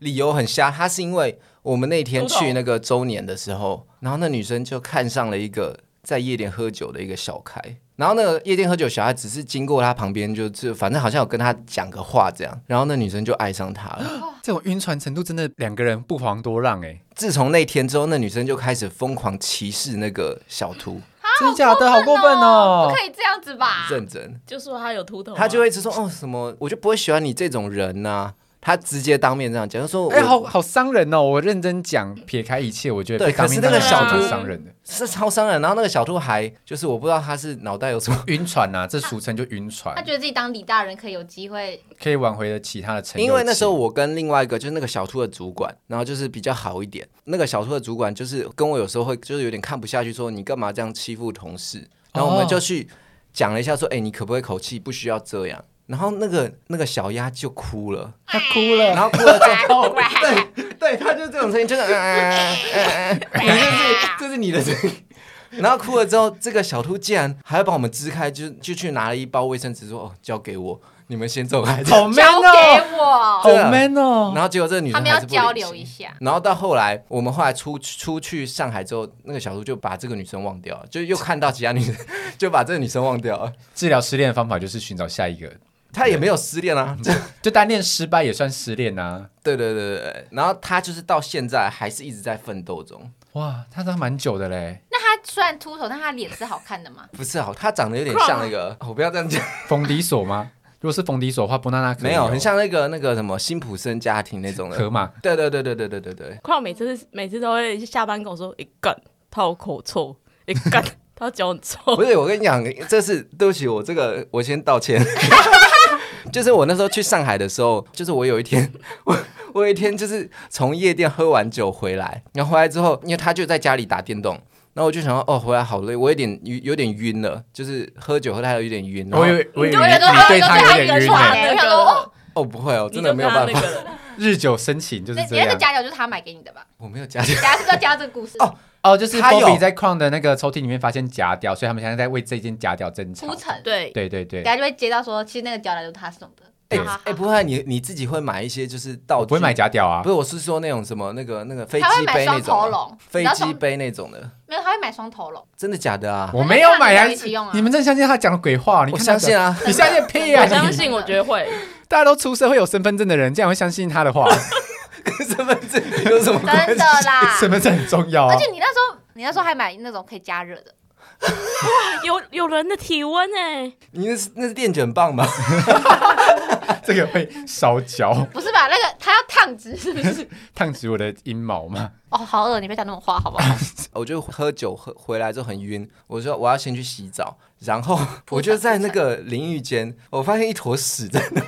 D: 理由很瞎，她是因为我们那天
C: 不
D: 去
C: 懂
D: 那个周年的时候，然后那女生就看上了一个在夜店喝酒的一个小开，然后那个夜店喝酒小孩只是经过她旁边，就是反正好像有跟她讲个话这样，然后那女生就爱上他了。
C: 哦
B: 这种晕船程度真的两个人不遑多让哎，
D: 自从那天之后，那女生就开始疯狂歧视那个小秃，
B: 真的假的？好过分
A: 不
B: 哦！
A: 可以这样子
C: 啊
A: 吧？
D: 认真，”
C: 就说他有秃头啊、
D: 她就会一直说哦什么，我就不会喜欢你这种人呐、她直接当面这样讲，就说我
B: 哎，好好伤人哦！我认真讲，撇开一切，我觉得
D: 对
B: 被当
D: 可是
B: 面
D: 那个
B: 当然
C: 小
B: 是
C: 猪
B: 蛮伤人的。
D: 是超伤人。然后那个小兔还就是我不知道他是脑袋有什么，
B: 晕船呐，这俗称就晕
A: 他
B: 船，
A: 觉得自己当李大人可以有机会，
B: 可以挽回了其他的成。
D: 因为那时候我跟另外一个就是那个小兔的主管，然后就是比较好一点。那个小兔的主管就是跟我有时候会就是有点看不下去，说你干嘛这样欺负同事？然后我们就去讲了一下说，哎、你可不可以口气不需要这样？然后那个那个小鸭就哭了，
B: 他哭了，
D: 然后哭了 之后。
B: 哦
A: 对，
D: 对，他就是这种声音，就是嗯嗯嗯嗯，嗯
B: 哎
D: 就是 这是你的声音。然后哭了之后，这个小兔竟然还要把我们支开，就就去拿了一包卫生纸，说：“哦，交给我。”你们先走开。
B: 好 man
A: 交
B: 哦，
A: 给我，
B: 好
D: 真的
B: man 哦。
D: 然后结果这个女
A: 他
D: 生
A: 们要
D: 还是不理
A: 交流
D: 性
A: 一下。
D: 然后到后来，我们后来出出去上海之后，那个小叔就把这个女生忘掉了，就又看到其他女生， 就把这个女生忘掉了。
B: 治疗失恋的方法就是寻找下一个，
D: 他也没有失恋啊，这
B: 就单恋失败也算失恋啊呐。
D: 对对对对对。然后他就是到现在还是一直在奋斗中，
B: 哇，他当蛮久的嘞，
A: 那他虽然秃头，但他脸是好看的嘛？
D: 不是好，他长得有点像那个，我不要这 样讲，
B: 冯迪索吗？ 如果是冯迪索的话，波娜娜可以
D: 没有，
B: 哦
D: 很像那个那个什么辛普森家庭那种
B: 河
D: 的。
B: 马。
D: 对对对对对对对对，
C: 快，每次每次都会下班跟我说：“一干，他有口臭，一干， 他脚很臭。
D: 不是我跟你讲，这是对不起，我这个我先道歉。 就是我那时候去上海的时候，就是我有一天，我我有一天就是从夜店喝完酒回来，然后回来之后，因为他就在家里打电动，然后我就想说，哦，回来好累，我有点有有点晕了，就是喝酒喝太有点晕。嗯然后
B: 我以为我以为
A: 就觉得
B: 你对他有点
A: 你对
B: 晕
A: 他
B: 欸，
A: 有点晕欸我想说哦
D: 哦不会哦，
C: 你
D: 真
C: 就
D: 的
C: 跟
D: 没有
C: 他
D: 办
C: 那
D: 法，
C: 个了，
B: 日久生情就
A: 那
B: 是这
A: 你那个
B: 样。
A: 加油就是他买给你的吧？
D: 我没有加钱。
A: 等下是不是要加这个故事？
D: 哦
B: 哦，就是
D: 他有
B: Bobby 在 Crown 的那个抽屉里面发现假屌，所以他们现在在为这件假屌争吵
A: 铺。陈，，
C: 对，
B: 对对对
A: 等，下就会接到说，其实那个胶带就是他送的。
D: 哎
A: 哈哈
D: 哎，不会，你你自己会买一些就是道具？
B: 我不会买假屌啊
D: 不。是，我是说那种什么那个那个飞
A: 他会
D: 机
A: 买
D: 杯那
A: 双
D: 种
A: 头
D: 啊，
A: 龙，
D: 飞
A: 你知道
D: 机
A: 双
D: 杯那种的，
A: 没有，他会买双头龙。
D: 真的假的啊？
B: 我没有买啊
A: 那你自己用啊！
B: 你们真的相信他讲的鬼话？你
D: 我
B: 看他
D: 相信 啊，
B: 讲，你 相信屁啊！
C: 我
A: 真的
C: 相
B: 你
C: 信，我觉得会。
B: 大家都出社会有身份证的人，竟然会相信他的话，
D: 身份证有什么关系
A: 真的啦，
B: 身份证很重要啊
A: 而。且你那时候，你那时候还买那种可以加热的，
C: 有有人的体温哎，
D: 你那是那是电卷棒吧？
B: 这个会烧焦，
A: 不是吧？那个他要烫直是不是？
B: 烫直我的阴毛吗？
A: 哦，好恶，你别讲那种话好不 好？
D: 我就喝酒喝回来之后很晕，我说我要先去洗澡，然后
A: 铺
D: 我就
A: 陈
D: 在
A: 铺
D: 那
A: 陈
D: 个淋浴间，我发现一坨屎在那，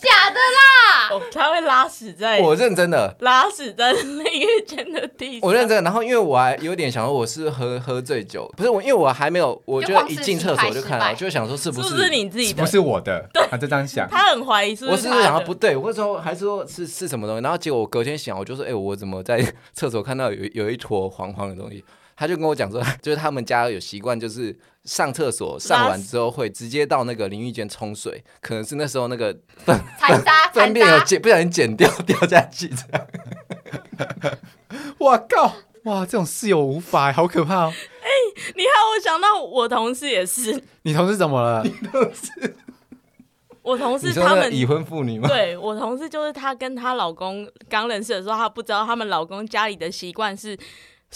A: 假的啦！
C: 哦，他会拉屎 在，
D: 我认真的。
C: 拉屎在那个间的地上。
D: 我认真的，然后因为我还有点想说我是喝喝醉酒，不是我，因为我还没有，我
A: 就
D: 觉得
A: 旷
D: 一
A: 世
D: 进
A: 奇
D: 厕所
A: 才
D: 就
A: 失
D: 看到，
A: 败
D: 就想说是不
C: 是
D: 是
C: 不是你自己的
B: 不？是我的，他就这样想。
C: 他很怀疑是
D: 我
C: 是
D: 是
C: 他
D: 想要
C: 的
D: 不对，我说还是说是是什么东西，然后结果我隔天醒来，我就说，哎、我怎么在 厕所看到有有一坨黄黄的东西？他就跟我讲说， 就是他们家有习惯，就是上厕所上完之后会直接到那个淋浴间冲水，可能是那时候那个
A: 残 渣，
D: 粪
A: 残
D: 便有
A: 渣，
D: 剪不小心剪掉 掉下去这样。
B: 我靠！哇，这种室友无法，好可怕哦！
C: 你看，我想到我同事也是，
B: 你同事怎么了？
C: 我同
D: 你
C: 事
D: 说
C: 他
D: 那个
C: 们
D: 已婚妇 女吗？
C: 对我同事就是她跟她老公刚认识的时候，她不知道他们老公家里的习惯是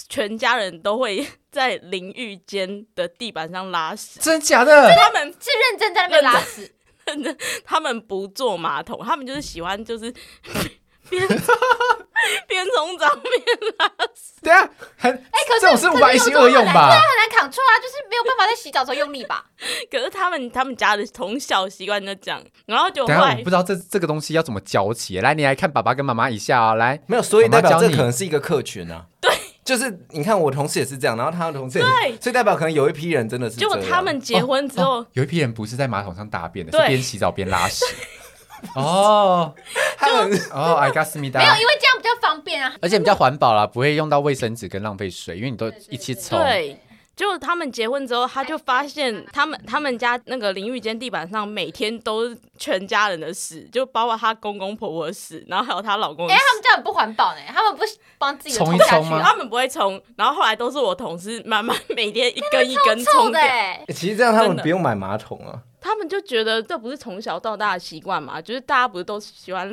C: 全家人都会在淋浴间的地板上拉屎。
B: 真的假的？
C: 他们
A: 是认真在那边拉屎，
C: 他们不坐马桶，他们就是喜欢就是 边边冲澡边
B: 等一下，很
A: 哎，可是
B: 这种是
A: 可
B: 无法一心二用吧
A: 这样很难扛住啊，就是没有办法在洗澡的时候用力 吧？
C: 可是他们他们家的从小习惯就这样，然后就
B: 等一下我
C: 坏
B: 不知道这这个东西要怎么教起。来，你来看爸爸跟妈妈一下啊、来，
D: 没有，所以
B: 妈妈
D: 代表
B: 教
D: 这
B: 你
D: 可能是一个客群啊。对，就是你看我同事也是这样，然后他的同事也
C: 对
D: 是，所以代表可能有一批人真的是
C: 结果
B: 啊
D: 这样
C: 他们结婚之后，
B: 哦有一批人不是在马桶上大便的，是
C: 对
B: 边洗澡边拉屎。哦
D: 他们
B: 哦，I got 思密达
A: 没有，，因为这样比较方便 啊。
B: 而且比较环保啦，不会用到卫生纸跟浪费水，因为你都一起冲。
C: 对，就他们结婚之后，他就发现他们他们家那个淋浴间地板上每天都是全家人的屎，就包括她公公婆婆的屎，然后还有她老公的
A: 哎，
C: 屎。
A: 他们这样很不环保呢，他们不是帮自己的
B: 冲一
A: 下
B: 冲
A: 去
B: 吗
A: 啊，
C: 他们不会冲，然后后来都是我同事慢慢每天一根一根
A: 臭
C: 冲
A: 的
C: 掉。
A: 哎。
D: 其实这样他们
C: 真的
D: 不用买马桶啊。
C: 哦他们就觉得这不是从小到大的习惯嘛，就是大家不是都喜欢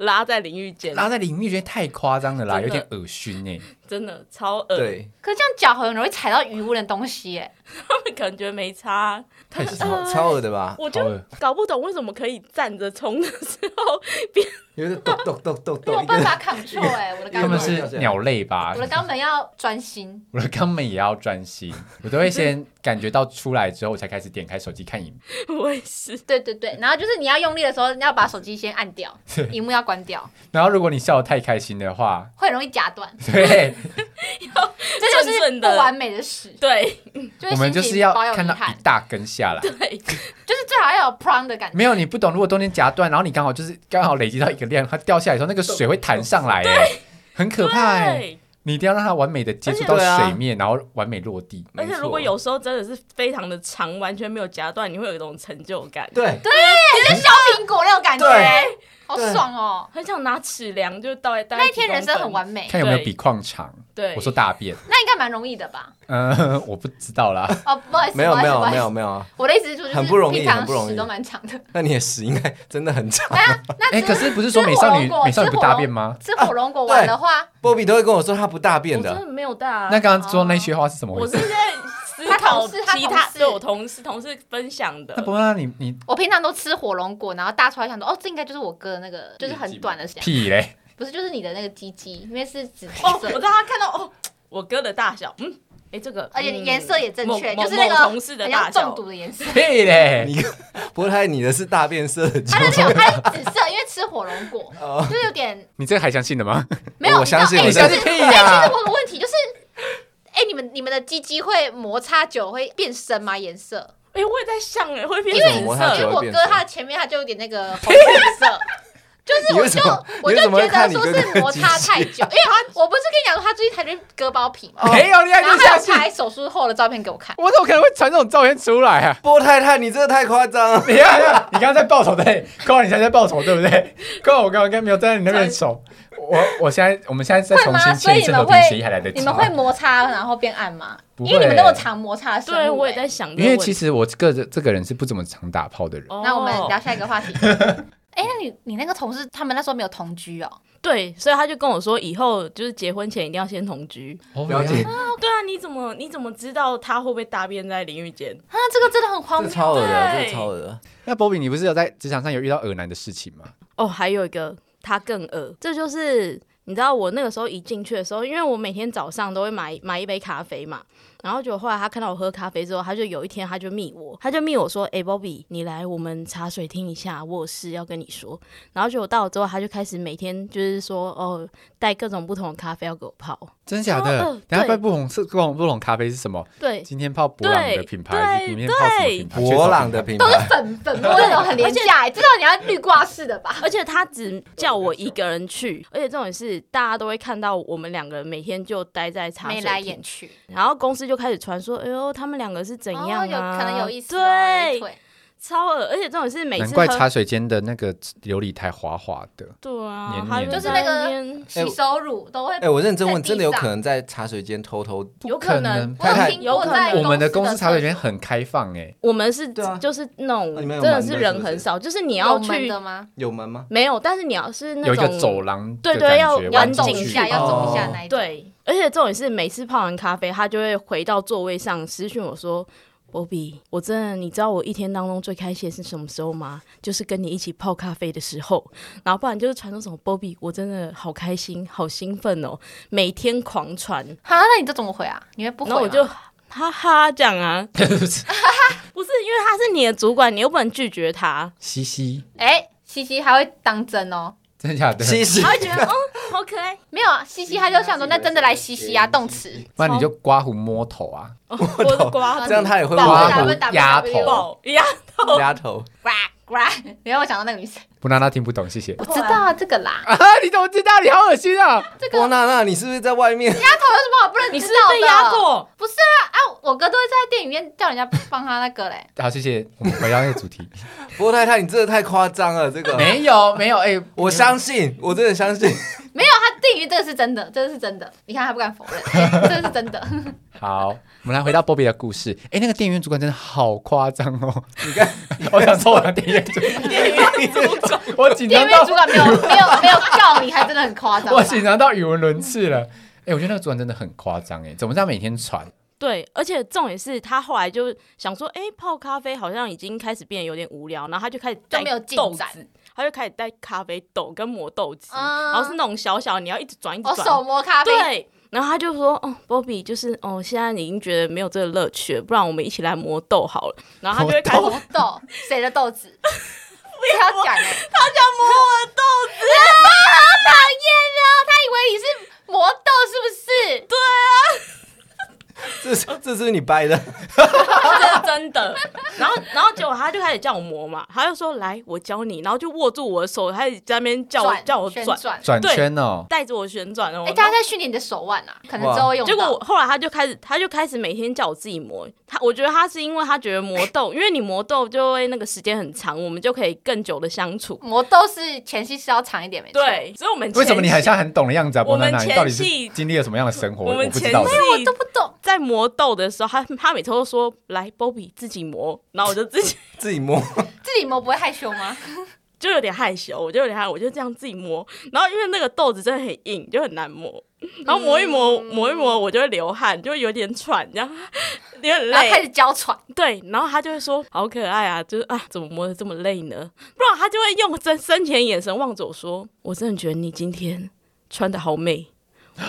C: 拉在淋浴间，
B: 然后在淋浴觉得太夸张了啦，有
C: 真的
B: 点恶心哎、
C: 真的超恶。
D: 对，
A: 可是这样脚很容易踩到余温的东西， 哎，
C: 他们可能觉得没差，
B: 太香了。
D: 超超恶的吧？
C: 我
B: 好
C: 就
B: 恶
C: 搞不懂为什么可以站着冲的时候
D: 有点咚咚咚咚
A: 啊没有
D: 咚，
A: 办法 control 哎，我的
B: 他
A: 肛
B: 们
A: 门，
B: 是鸟类吧
A: 我？的肛门要专心。
B: 我的肛门也要专心，我都会先感觉到出来之后，我才开始点开手机看影片。
C: 我也是。
A: 对对对，然后就是你要用力的时候，你要把手机先按 掉，荧幕要关掉，
B: 然后如果你笑得太开心的话，
A: 会容易夹 断。
B: 对，
A: 这就
C: 顺
A: 是
C: 顺
A: 不
C: 的
A: 完美的屎，
C: 对
A: 就
B: 我
A: 是
B: 们就
A: 心
B: 是
A: 情
B: 要
A: 保有
B: 看
A: 遗
B: 到
A: 憾
B: 一，大根下来。
C: 对，
A: 就是最好要有 prong 的感觉。
B: 没有你不懂，如果中间夹断，然后你刚好欸就是刚好累积到一个量，它掉下来的时候，那个水会弹上来，哎，很可怕哎。
C: 对，
B: 你一定要让它完美的接触到
D: 而且对啊
B: 水面，然后完美落地。
D: 没
C: 而
D: 错
C: 且如果有时候真的是非常的长，完全没有夹断，你会有一种成就感，，
D: 对对
A: 苹果那种感觉，
D: 对
A: 好爽哦！
C: 很想拿尺量就到大概
A: 那一天人生很
C: 完，
A: 完美，
B: 看有没有比矿长。
C: 对，
B: 我说大便，
A: 那应该蛮容易的吧？
B: 嗯，我不知道啦。
A: 哦，不好意思，
D: 没有
A: 不好意
D: 没
A: 思不
D: 有
A: 好意思
D: 没有没有啊，
A: 我的意思是说，就是
D: 很不容易
A: 平常
D: 很不容易
A: 屎都蛮长的。
D: 那你的屎应该真的很长。
A: 那那
B: 哎，
A: 吃
B: 可是不是说美少女
A: 吃火龙果
B: 美少女不大便吗？
A: 吃火龙果
D: 啊
A: 丸的话，
D: 波比都会跟我说他不大便
C: 我真
D: 的，啊
C: 的没有大，啊
B: 那刚刚说那些话是怎么
C: 我
B: 回
C: 是
B: 事？
C: 在思
A: 他
C: 考
A: 同事他
C: 其
A: 同
C: 他
A: 事
C: 对我同事同事分享的
B: 那，不那你你
A: 我平常都吃火龙果，然后大出来想说，哦，这应该就是我哥的那个，就是很短的时间，
B: 屁嘞？
A: 不是就是你的那个鸡鸡，因为是紫
C: 哦，我
A: 色
C: 知。道他看到哦，我哥的大小，嗯，哎，这个，
A: 而且
C: 嗯
A: 颜色也正确，
C: 某
A: 就是那个
C: 某某同事的
A: 很
C: 大
A: 像
C: 小
A: 中，毒的哎颜色。
B: 屁嘞！
D: 你 波泰你的是大便色的
A: 它
D: 脚
A: 的那个它是紫色，因为吃火龙果，
D: 哦
A: 就是有点
B: 你这个还相信的吗？
A: 没有。
D: 我相信
A: 你
D: 我
A: 知道
D: 相
A: 哎
D: 信
A: 其实
B: 屁
A: 哎，
B: 呀
A: 其实我有个问题就是，哎，你们你们的鸡鸡会摩擦久会变深吗？颜色？
C: 哎，我也在想，哎，会变
D: 为什
C: 紫
D: 么他
C: 色
A: 因为
D: 觉，
A: 我
D: 变
A: 哥
D: 色
A: 他的前面他就有点那个红红 色，就是
D: 你
A: 我
D: 为什么
A: 就我就
D: 你为什么会
A: 觉
D: 看
A: 得
D: 你
A: 说
D: 哥哥
A: 是
D: 的
A: 摩
D: 鸡
A: 擦
D: 鸡哦
A: 太久，因为他我不是跟你讲说他最近才去割包皮嘛，
B: 没有，你还
A: 然后
B: 真
A: 他
B: 相
A: 有
B: 信？
A: 拍手术后的照片给我看，
B: 我怎么可能会传这种照片出来啊？
D: 波太太，你这个太夸张了。
B: 你看，你刚刚在报仇对，刚好你现在在报仇对不对？刚好我刚刚跟没有站在你那边手，我我现在我们现在再
A: 会
B: 重
A: 吗？
B: 新
A: 所
B: 签
A: 以
B: 一
A: 你
B: 次
A: 们
B: 合
A: 会
B: 订协议还来得及。
A: 你们
D: 啊
A: 会摩擦然后变暗吗？
B: 不
A: 因为你们
B: 会
A: 那么常摩擦的生物，
C: 对我也
A: 哎
C: 在想这个问题，
B: 因为其实我个人这个人是不怎么常打炮的人，
C: 哦，
A: 那我们聊下一个 话题。哎、那你你那个同事他们那时候没有同居哦？
C: 对，所以他就跟我说，以后就是结婚前一定要先同居。
D: 了解，
C: 哦，对啊，你怎么你怎么知道他会不会大便在淋浴间？
A: 啊，这个真的很荒
D: 这
A: 谬。
D: 超恶的，
C: 对
D: 这超恶的。
B: 那 Bobby，你不是有在职场上有遇到恶男的事情吗？
C: 哦，还有一个他更恶，这就是你知道我那个时候一进去的时候，因为我每天早上都会买买一杯咖啡嘛，然后就后来他看到我喝咖啡之后，他就有一天他就密我，他就密我说：“哎、b o b b y 你来我们茶水厅一下，我有事要跟你说。”然后结果到了之后，他就开始每天就是说：“哦，带各种不同的咖啡要给我泡。
B: 真假
C: 超
A: 哦
B: 的
C: 恶？
B: 等下
C: 对
B: 不同是不同不同咖啡是什么？”
C: 对，
B: 今天泡博朗的
C: 对
B: 品牌，还是
C: 对
B: 明天泡什么
C: 对
B: 品牌？
D: 博朗的品
A: 都是
D: 牌，
A: 粉粉末那种很廉价、哎，知道你要绿挂式的吧？
C: 而且他只叫我一个人去，而且重点是大家都会看到我们两个每天就待在茶水
A: 眉来
C: 厅
A: 眼，去，
C: 然后公司就开始传说，哎呦，他们两个是怎样、啊
A: 哦、有可能有意思哦、有一
C: 对，
D: 哎
A: 腿
C: 超恶，而且重点是每
B: 难
C: 次
B: 怪
C: 喝，
B: 茶水间的那个琉璃台滑滑的。
C: 对啊，
B: 黏
C: 他
B: 黏
A: 就是
C: 在
A: 那个
C: 边
A: 洗手乳都会
D: 哎，我认真问，
A: 在地
D: 真的有
A: 上
D: 可能在茶水间偷偷
C: 有
B: 可
C: 可
B: 能
C: 能
A: 我有
D: 太太
A: 听过在
C: 有可
B: 我
C: 能
B: 们的公
A: 公
B: 司茶水间很开放哎、
C: 我们是、
D: 对啊
C: 就是那种
D: 哦你们
C: 真
D: 有
C: 的
D: 门的
C: 是
D: 是
C: 人
D: 不是
C: 很少，就是你
A: 你
C: 要
A: 门
C: 去
A: 的吗？
D: 有 门吗？
C: 没有，但是你要是那
B: 有一个
C: 种
B: 走廊的
C: 对对
B: 感觉
C: 要
B: 弯
A: 要
C: 玩
A: 走
B: 进
C: 进
A: 一
B: 去
A: 下，
C: 去
A: 要走一下
D: 哦
A: 那一种。
C: 对，而且重点是每次泡完咖啡，他就会回到座位上私讯我说。波比，我真的，你知道我一天当中最开心的是什么时候吗？就是跟你一起泡咖啡的时候，然后不然就是传说什么波比，我真的好开心，好兴奋哦，每天狂传，
A: 好，那你这怎么回啊？你会不回
C: 然
A: 吗？
C: 后我就哈哈讲啊，不是因为他是你的主管，你又不能拒绝他，
B: 嘻嘻，
A: 哎、西西还会当真哦。
B: 真的假的？
D: 其实
A: 哎
C: 他会觉 得哦，好可爱，
A: 没有啊，西西他就想说，那真的来西西啊，动词。啊
B: 不然你就刮胡摸头啊，
C: 哦、我的瓜
D: 这样他也会
A: 爆
D: 挖
A: 炸
D: 头
A: W W W
B: 丫头
C: 爆呀，
D: 压头。
A: 呱呱！你让我想到那个女生，
B: 不然他听不懂，谢谢。
A: 我知道啊这个啦，
B: 啊，你怎么知道？你好恶心啊！。
A: 这个
D: 波娜娜，你是不是在外面？
A: 丫头有什么好不能
C: 你
A: 知
C: 是
A: 道的？
C: 被压过，
A: 不是啊啊！我哥都会在电影院叫人家帮他那个 嘞
B: 好，谢谢。我们回到那个主题，
D: 波太太，你真的太夸张了，这个
B: 没有没有，哎、
D: 我相信，我真的相信。
A: 没有，他啊电影院这个是真的，这个是真的。你看他不敢否 认，哎这个是真的。
B: 好，我们来回到 Bobby 的故事。哎、那个店员主管真的好夸张哦！你看， 我想说我的店员主管， 我紧
A: 电影院
B: 张到
A: 主啊管没有没有没有告你，还真的很夸 张吧。
B: 我紧张到语无伦次了。哎、我觉得那个主管真的很夸张哎，怎么这样每天传？
C: 对，而且重点是他后来就想说，哎、泡咖啡好像已经开始变得有点无聊，然后他就开始带
A: 就没有进
C: 豆
A: 展
C: 子，他就开始带咖啡豆跟磨豆汁，
A: 嗯
C: 然后是那种小小，你要一直转一直
A: 我手
C: 转，
A: 磨咖啡，
C: 对。然后他就说：“哦，Bobby，就是哦，现在你已经觉得没有这个乐趣了，不然我们一起来磨豆好了。”然后他就会开始，他就
A: 磨豆，谁的豆 子？不
C: 啊
A: 要讲哎，
C: 磨豆子，
A: 好讨厌啊！他以为你是魔豆是不是？
D: 这是这是你掰的，
C: 这是真真的。然后，然后结果他就开始叫我磨嘛，他就说来，我教你，然后就握住我的手，开始在那边叫我
A: 转
C: 叫我
A: 旋
C: 转，
A: 转。
B: 转
C: 对
B: 圈哦，
C: 带着我旋转哦。
A: 哎，大家在训练你的手腕啊，可能之后会用
C: 结果
A: 到
C: 我。后来他就开始，他就开始每天叫我自己磨。他我觉得他是因为他觉得磨豆， 因为你磨豆就会那个时间很长，我们就可以更久的相处。
A: 磨豆是前期是要长一点，没错。
C: 对，所以我们
B: 为什么你
C: 前
B: 很像很懂的样子啊？
C: 我
B: 波
C: 们
B: 娜娜，你到底
C: 前戏
B: 是经历了什么样的生活？
C: 我
B: 我
C: 们
B: 不
C: 前
B: 知道的。
A: 我
C: 戏
A: 都不懂。
C: 在磨豆的时候，他他每次都说来，Bobby 自己磨，然后我就 自己
D: 自己摸，
A: 自己摸不会害羞吗？
C: 就有点害羞，我就有点害羞，我就这样自己磨。然后因为那个豆子真的很硬，就很难磨。
A: 嗯
C: 然后磨一磨，磨一磨，我就会流汗，就会有点喘，这样 有点
A: 然后开
C: 累。
A: 始娇喘，
C: 对，然后他就会说：“好可爱啊！”就是啊，怎么磨得这么累呢？不然他就会用真深浅眼神望着我说：“我真的觉得你今天穿的好美，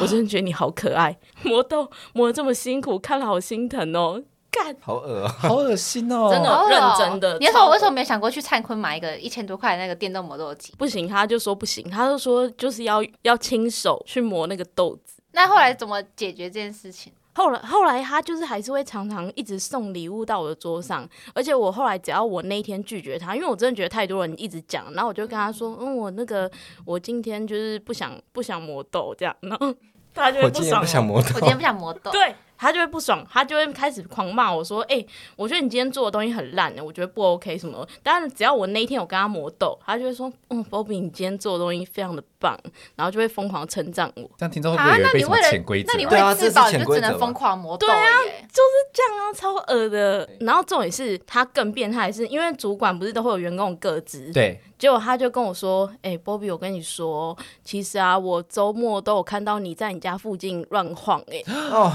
C: 我真的觉得你好可爱。磨豆磨得这么辛苦，看了好心疼哦。”干，
D: 好恶哦。
B: 好恶心哦！
C: 真的
A: 好恶哦
C: 认真的
A: 你那时候
C: 超
A: 我为什么没有想过去灿坤买一个一千多块的那个电动磨豆机？
C: 不行，他就说不行，他就说就是要要亲手去磨那个豆子。
A: 那后来怎么解决这件事情？
C: 后来后来他就是还是会常常一直送礼物到我的桌上，而且我后来只要我那一天拒绝他，因为我真的觉得太多人一直讲，然后我就跟他说，嗯，我那个我今天就是不想不想磨豆这样，然后他就
D: 我
C: 会不
D: 今天
C: 爽
D: 不想
C: 哦，
D: 摸
A: 我
D: 到
A: 今，天不想磨豆，
C: 对啊他就会不爽，他就会开始狂骂我说，哎、我觉得你今天做的东西很烂，我觉得不 OK 什么的，但是只要我那一天有跟他磨豆，他就会说，嗯，Bobby 你今天做的东西非常的棒，然后就会疯狂称赞我。
B: 这样听众会不
A: 啊，
B: 会以
A: 那
B: 为被
A: 你
B: 什么
A: 为了
B: 潜规则
A: 那你
B: 啊？
A: 为
D: 对啊
A: 了
D: 这是
A: 自保，你
D: 潜
A: 就
D: 规
A: 只
D: 则
A: 能
D: 吧
A: 疯狂磨豆
C: 对啊
A: 耶，
C: 就是这样啊，超恶的。然后重点是他更变态的是，因为主管不是都会有员工的个资，
B: 对，
C: 结果他就跟我说：“哎、b o b b y 我跟你说，其实啊，我周末都有看到你在你家附近乱晃、
A: 嗯
C: 哎，
D: 哦，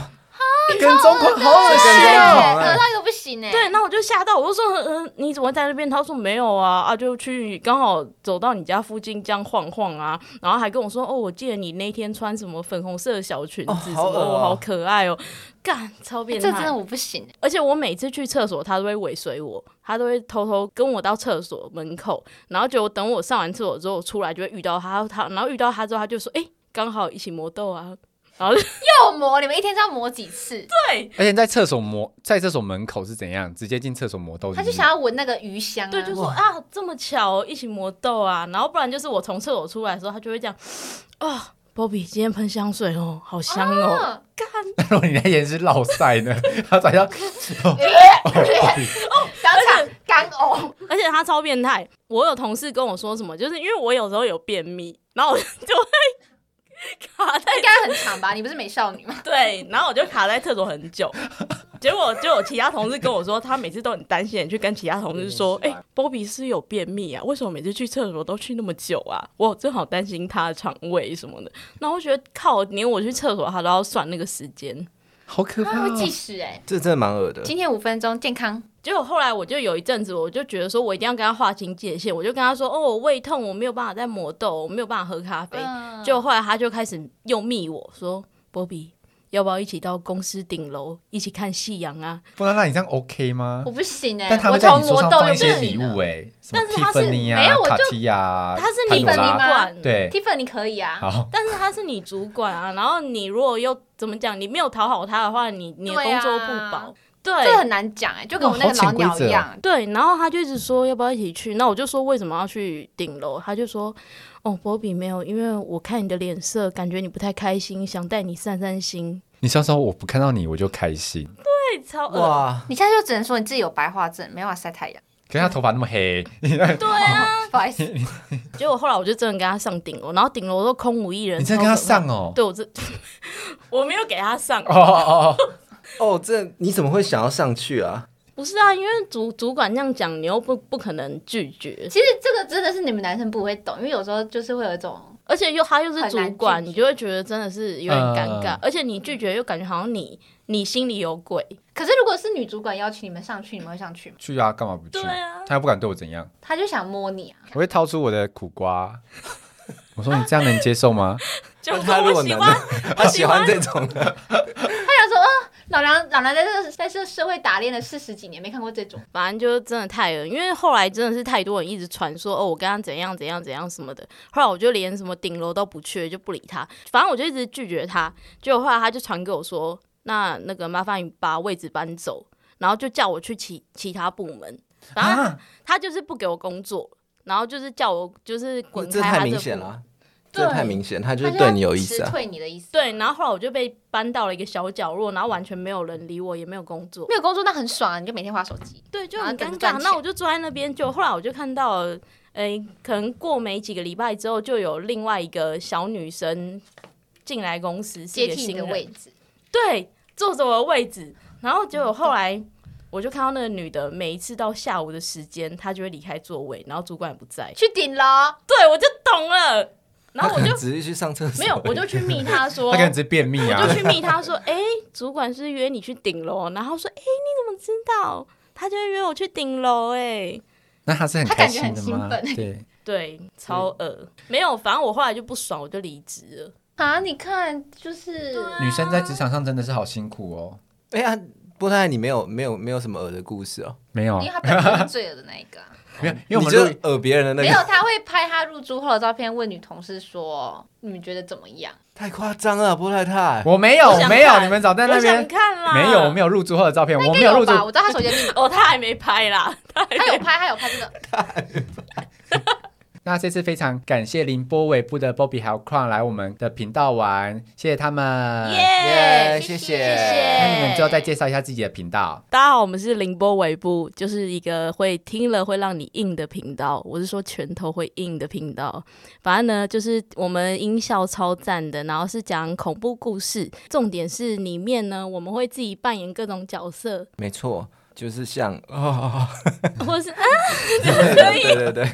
B: 跟踪狂好恶
D: 这
B: 心
D: 跟踪
B: 哦！
D: 狂
A: 得
D: 哎，
A: 到一个不行哎。
C: 啊对，那我就吓到，我就说：嗯、呃你怎么会在那边？他说没有啊，啊，就去刚好走到你家附近这样晃晃啊，然后还跟我说：哦，我记得你那天穿什么粉红色的小裙子，
D: 哦
C: 什么
D: 好恶哦
C: 哦好可爱哦，干，超变
A: 这
C: 态，
A: 真的我不行欸，
C: 而且我每次去厕所，他都会尾随我，他都会偷偷跟我到厕所门口，然后结果等我上完厕所之后出来，就会遇到他，他然后遇到他之后，他就说：“哎、刚好一起磨豆啊。”然后就
A: 又磨，你们一天是要磨几次？
B: 而且在厕所磨，在厕所门口是怎样？直接进厕所磨豆是
A: 他
B: 不
A: 就
B: 是？
A: 想要闻那个鱼香啊，
C: 对，就说啊，这么巧哦，一起磨豆啊。然后不然就是我从厕所出来的时候，他就会这样啊。Bobby 今天喷香水哦，好香哦！
A: 嗯
B: 如果你那眼是落塞呢， 他早上
A: 当场干呕，
C: 而且他超变态。我有同事跟我说什么，就是因为我有时候有便秘，然后我就会 卡在
A: 应该很长吧？你不是美少女吗？
C: 对，然后我就卡在厕所很久。结果就有其他同事跟我说，他每次都很担心，去跟其他同事说：“哎、b o b b y 是有便秘啊，为什么每次去厕所都去那么久啊？我真好担心他的肠胃什么的。”然后我觉得靠，连我去厕所他都要算那个时间。
B: 好可
A: 他
B: 怕、
A: 会计
B: 哦。
A: 时哎，
D: 这真的蛮恶的。
A: 今天五分钟健康，
C: 结果后来我就有一阵子，我就觉得说我一定要跟他划清界限，我就跟他说：“哦，我胃痛，我没有办法再磨豆，我没有办法喝咖啡。
A: 嗯
C: 就后来他就开始又密我说：“波比，要不要一起到公司顶楼一起看夕阳啊？”
B: 波娜娜，你这样 OK 吗
A: 我？不行哎
B: 但，他
A: 我
B: 会在
A: 从
B: 你桌
A: 磨
B: 上
A: 豆
B: 放
A: 又
B: 一
A: 不
B: 些
A: 行
B: 礼
A: 了
B: 物哎、什么
C: 但是
B: 蒂
C: 他是
B: 芬
A: 没
B: 尼啊
A: 有我、就
B: 卡蒂亚、
C: 他是
B: 潘
C: 你
B: 朵
C: 主
A: 吗
B: 拉，
C: 管，
B: 对，
A: Tiffany 可以啊，
B: 欸好，
C: 但是他是你主管啊。然后你如果又怎么讲，你没有讨好他的话，你你的
A: 对
C: 工
A: 啊
C: 作不保，
A: 这
C: 对啊
A: 很难讲哎，就跟我
B: 哇
A: 那个
B: 好
A: 老
B: 潜
A: 鸟
B: 规则
A: 一
B: 哦
A: 样，
C: 对。然后他就一直说要不要一起去，那我就说为什么要去顶楼？他就说哦，波比没有，因为我看你的脸色，感觉你不太开心，想带你散散心。
B: 你像说我不看到你我就开心，
C: 对，超恶，
D: 哇，
A: 你现在就只能说你自己有白化症，没办法晒太 阳，哦
B: 可是他头发那么黑，
C: 对啊。
A: 不好意思，
C: 结果后来我就真的跟他上顶楼，然后顶楼都空无一人。
B: 你真的跟他
C: 超可怕
B: 上？哦？
C: 对，我这 我没有给他上，
B: 哦哦哦，
D: 哦，这你怎么会想要上去啊？
C: 不是啊，因为主主管这样讲，你又不不可能拒绝。
A: 其实这个真的是你们男生不会懂，因为有时候就是会有一种
C: 而且又他又是
A: 很
C: 主
A: 难
C: 管，
A: 拒绝
C: 你就会觉得真的是有点尴尬，
B: 嗯
C: 而且你拒绝又感觉好像你你心里有鬼。
A: 可是如果是女主管邀请你们上去，你们会上去吗？
B: 去啊，干嘛不去？
C: 啊，
B: 他又不敢对我怎样，
A: 她就想摸你啊，
B: 我会掏出我的苦瓜， 我说你这样能接受吗？
C: 就
D: 他
C: 说
D: 如
C: 我
D: 果
C: 喜
D: 男
C: 欢，
D: 的，他喜欢这种啊的，
A: 她想说，呃，老娘老娘在这在这社会打练了四十几年，没看过这种，
C: 反正就真的太恶，因为后来真的是太多人一直传说哦，我跟他怎样怎样怎样什么的。后来我就连什么顶楼都不去，就不理他。反正我就一直拒绝他。结果后来他就传给我说，那那个麻烦你把位置搬走。然后就叫我去其其他部门，然后他,、
B: 啊，
C: 他就是不给我工作，然后就是叫我就是滚
D: 这
C: 开他
D: 太
C: 这
D: 明
C: 个
D: 显
C: 部
D: 了
C: 门
D: 啊，这太明显，他就
A: 他
D: 是对你有意思
A: 要辞
D: 啊。
A: 退你的意思。
C: 对，然后后来我就被搬到了一个小角落，然后完全没有人理我，也没有工作。
A: 没有工作那很爽啊，你就每天划手机。
C: 对，就
A: 然后
C: 很
A: 等
C: 尴
A: 着赚
C: 尬。那
A: 钱
C: 我就坐在那边，就后来我就看到，诶、可能过没几个礼拜之后，就有另外一个小女生进来公司
A: 接替你
C: 你
A: 的位，置，
C: 对，坐着我的位置。然后结果后来我就看到那个女的，每一次到下午的时间，她就会离开座位，然后主管也不在。
A: 去顶楼，
C: 对，我就懂了。然后我 就
D: 只是去上厕所，
C: 没有，我就去密她说，
B: 他可能只是便秘
C: 我
B: 啊
C: 就。去密他说，哎、主管是约你去顶楼，然后说，哎、你怎么知道？他就约我去顶楼，哎，
B: 那他是很
A: 他
B: 开
A: 感觉
B: 心
A: 很
B: 的
A: 兴
B: 吗？
A: 奋
B: 对，
C: 对，超恶，没有，反正我后来就不爽，我就离职了。
A: 啊！你看，就是
B: 女生在职场上真的是好辛苦哦。
D: 哎呀，波太你没有没有没有什么恶的故事哦，
B: 没有
A: 因
B: 啊
A: 为，他本身是罪恶的那一个啊，
B: 没有，因为我
D: 你
B: 们
D: 就
B: 录
D: 是恶别人的
A: 没
D: 那
A: 有
D: 个
A: 他会拍他入住后的照片，问女同事说：“你们觉得怎么样
D: 太夸张了，波太太。
B: 我没有，
C: 我想
B: 我没有，
C: 看
B: 你们早在那
C: 我想
B: 边
C: 看啦，
B: 没有，我没有入住后的照片，？”我
A: 应
B: 没
A: 该
B: 入
A: 有
B: 住，
A: 吧？我知道他手机的 密码，
C: 哦，他还没拍啦，他还
A: 他有
C: 没
A: 拍，他有拍
B: 啊
A: 这个。
B: 那这次非常感谢林波尾部的 Bobby 还有 Crown 来我们的频道玩，谢谢他们。
C: 耶，
A: 谢
D: 谢谢
B: 那你
C: 谢
B: 们之后再介绍一下自己的频道。
C: 大家好，我们是凌波微步，就是一个会听了会让你硬的频道。我是说拳头会硬的频道。反正呢，就是我们音效超赞的，然后是讲恐怖故事，重点是里面呢，我们会自己扮演各种角色，
D: 没错，就是像哦，
C: 或者是、啊、
D: 对对对，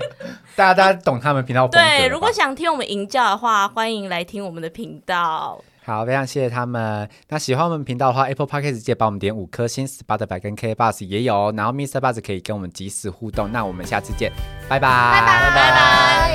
B: 大家大家懂他们频道风格了吧
C: 对，如果想听我们营教的话，欢迎来听我们的频道。
B: 好，非常谢谢他们。那喜欢我们频道的话，Apple Podcast 记得帮我们点五颗星，Spotify 跟 K Bus 也有哦，然后 Mr. Bus 可以跟我们及时互动。那我们下次见，拜拜，拜拜，拜拜。
A: 拜拜。